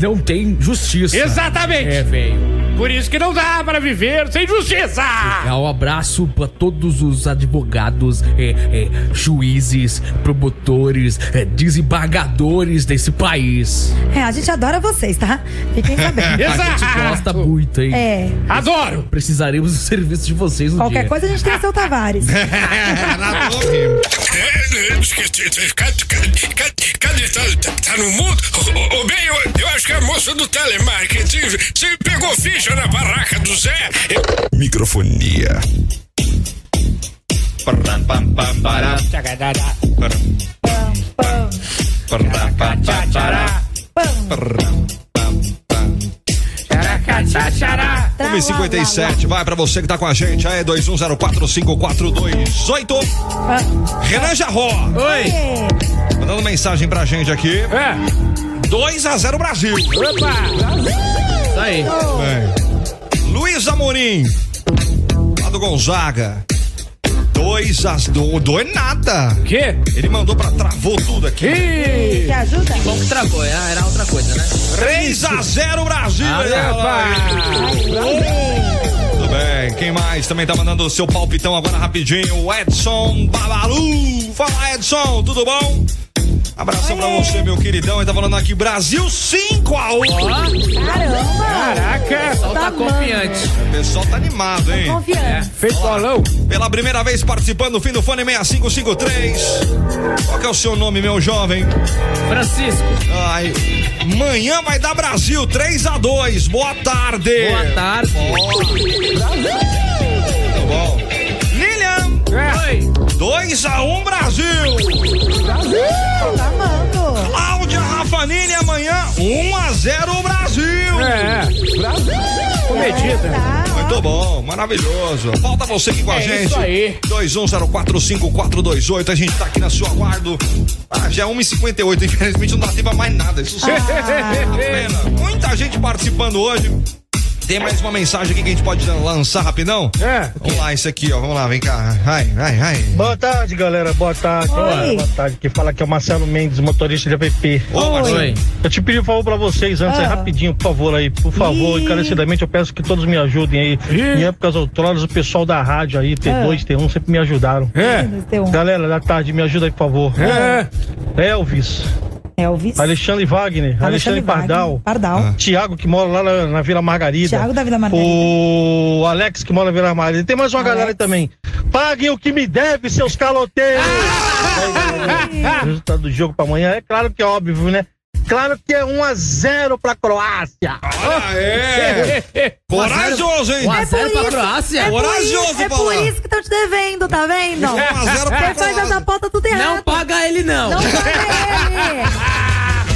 Não tem justiça. Exatamente. É, velho. Por isso que não dá para viver sem justiça! É um abraço pra todos os advogados, é, é, juízes, promotores, é, desembargadores desse país. É, a gente adora vocês, tá? Fiquem sabendo. A gente Ah, gosta muito, hein? É. Adoro! Precisaremos do serviço de vocês um Qualquer dia. coisa a gente tem o seu Tavares. É. Cadê, cadê, cadê tá, tá- tá no mundo? Ô, ô, ô, bem, eu, eu acho que é a moça do telemarketing. Você pegou ficha na barraca do Zé? Microfonia. Tchau, 1h57, vai pra você que tá com a gente. Aí, 21045428. Renan Jarró. Oi. Mandando mensagem pra gente aqui. É. 2x0 Brasil. Isso aí. É. Luiz Amorim. Lá do Gonzaga. 2 a 2 2 nada. Quê? Ele mandou pra travou tudo aqui. Que ajuda? Bom que travou, era era outra coisa, né? 3 a 0 Brasil. Ah, hein, galera? Tudo bem. Quem mais também tá mandando o seu palpitão agora rapidinho? O Edson Babalu. Fala, Edson, tudo bom? Abração pra você, meu queridão. Ele tá falando aqui, Brasil 5 a 1 Caramba! Caraca! O pessoal tá confiante. O pessoal tá animado, hein? confiante. É, Fez bolão. Pela primeira vez participando do fim do Fone 6553. Qual que é o seu nome, meu jovem? Francisco. Ai. Manhã vai dar Brasil 3 a 2 Boa tarde. Boa tarde. É Muito Tá bom. Lilian. É. Oi. 2 a 1 Brasil. Brasil. Tá amando. Cláudia Rafanini amanhã 1 a 0 Brasil. É. Brasil. Muito bom, maravilhoso. Falta você aqui com a É gente. isso aí. 21045428. A gente tá aqui na sua guarda. Ah, já é 1h58. Infelizmente não dá tempo pra mais nada. Isso É. só. Ah. Pena. Muita gente participando hoje. Tem mais uma mensagem aqui que a gente pode lançar rapidão? É. Vamos lá, isso aqui, ó. Vamos lá, vem cá. Vai, vai, vai. Boa tarde, galera. Boa tarde. Oi. Boa tarde. Que fala que é o Marcelo Mendes, motorista de APP. Ô, Marcelo. Oi. Eu te pedi um favor pra vocês antes, Ah. aí, rapidinho, por favor, aí. Por favor, Ih. encarecidamente, eu peço que todos me ajudem aí. Em épocas outronas, o pessoal da rádio aí, T2, T1, sempre me ajudaram. É. um Tá. Galera, da tarde, me ajuda aí, por favor. É. Elvis. Elvis. Alexandre Wagner. Alexandre, Alexandre Wagner, Pardal. Pardal. Ah. Tiago, que mora lá na, na Vila Margarida. Tiago da Vila Margarida. O Alex, que mora na Vila Margarida. Tem mais uma galera aí também. Paguem o que me deve, seus caloteiros! Ah! O resultado do jogo pra amanhã é claro que é óbvio, né? Claro que é 1x0 pra Croácia. Olha, é. Corajoso, hein? 1 a 0 É por isso- É por isso- Corajoso, É por Paulão. isso que estão te devendo, tá vendo? 1 a 0 pra Você faz essa pauta tudo errado. Não paga ele, não. Não paga ele.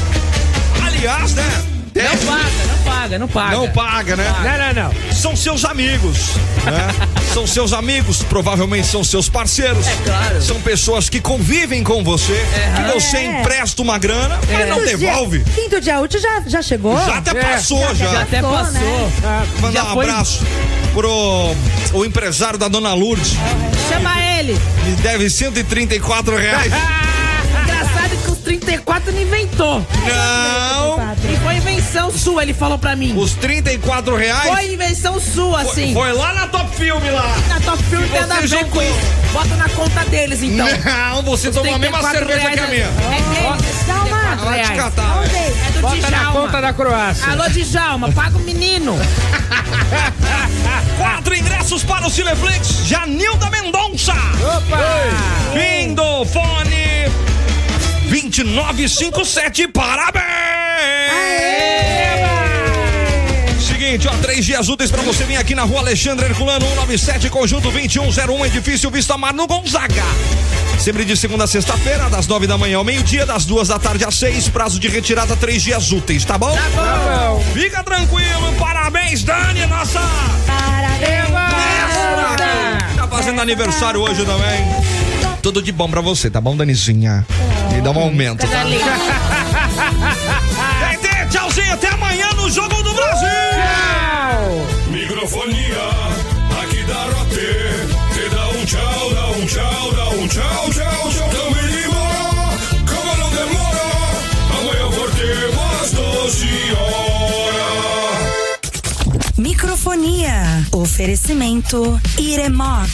Aliás, né? Não paga, não paga, não paga. Não paga, né? Paga. Não, não, não. São seus amigos, né? são seus amigos, provavelmente são seus parceiros. É claro. É. São pessoas que convivem com você, que você É. empresta uma grana, mas não Quinto dia- devolve. Quinto dia útil já, já Oh. chegou? Já É. até passou, já. Já até passou. né? Mandar um abraço pro o empresário da Dona Lourdes. Chama ele. Me deve 134 reais. Ah! Engraçado que os 34 não inventou. Não. E foi invenção sua, ele falou pra mim. Os 34 reais? Foi invenção sua, Foi- sim. foi lá na Top Filme lá. Na Top Filme Que tem nada a você ver com juntou. isso. Bota na conta deles, então. Não, você Os tomou a mesma 34 cerveja que a minha. reais É deles. Calma. Vai te catar, É do Bota na Djalma. conta da Croácia. Alô, Djalma, paga o menino. Quatro ingressos para o Cineflix, Janilda Mendonça. Opa! Fim do fone 2957, parabéns! Seguinte, ó, três dias úteis pra você vir aqui na rua Alexandre Herculano, 197, conjunto 2101, edifício Vista Mar, no Gonzaga. Sempre de segunda a sexta-feira, das nove da manhã ao meio-dia, das duas da tarde às seis, prazo de retirada três dias úteis, tá bom? Tá bom. Fica tranquilo, parabéns, Dani, nossa... Parabéns, Tá fazendo aniversário hoje também. Tudo de bom pra você, tá bom, Danizinha? Me dá um aumento, tá? Tete, Tchauzinho, até amanhã no Jogo do Brasil! Microfonia, aqui da Rote. Te dá um tchau, dá um tchau, dá um tchau, tchau, tchau. Não me demora, calma, não demora. Amanhã eu vou ter umas 12 horas. Microfonia. Oferecimento Iremoc.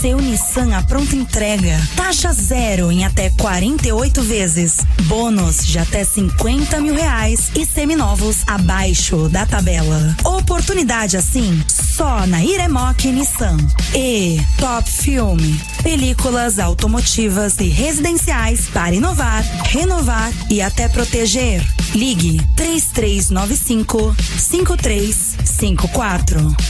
Seu Nissan a pronta entrega. Taxa zero em até 48 vezes. Bônus de até 50 mil reais e seminovos abaixo da tabela. Oportunidade assim só na Iremoc Nissan. E Top Filme. Películas automotivas e residenciais para inovar, renovar e até proteger. Ligue 3395 5354.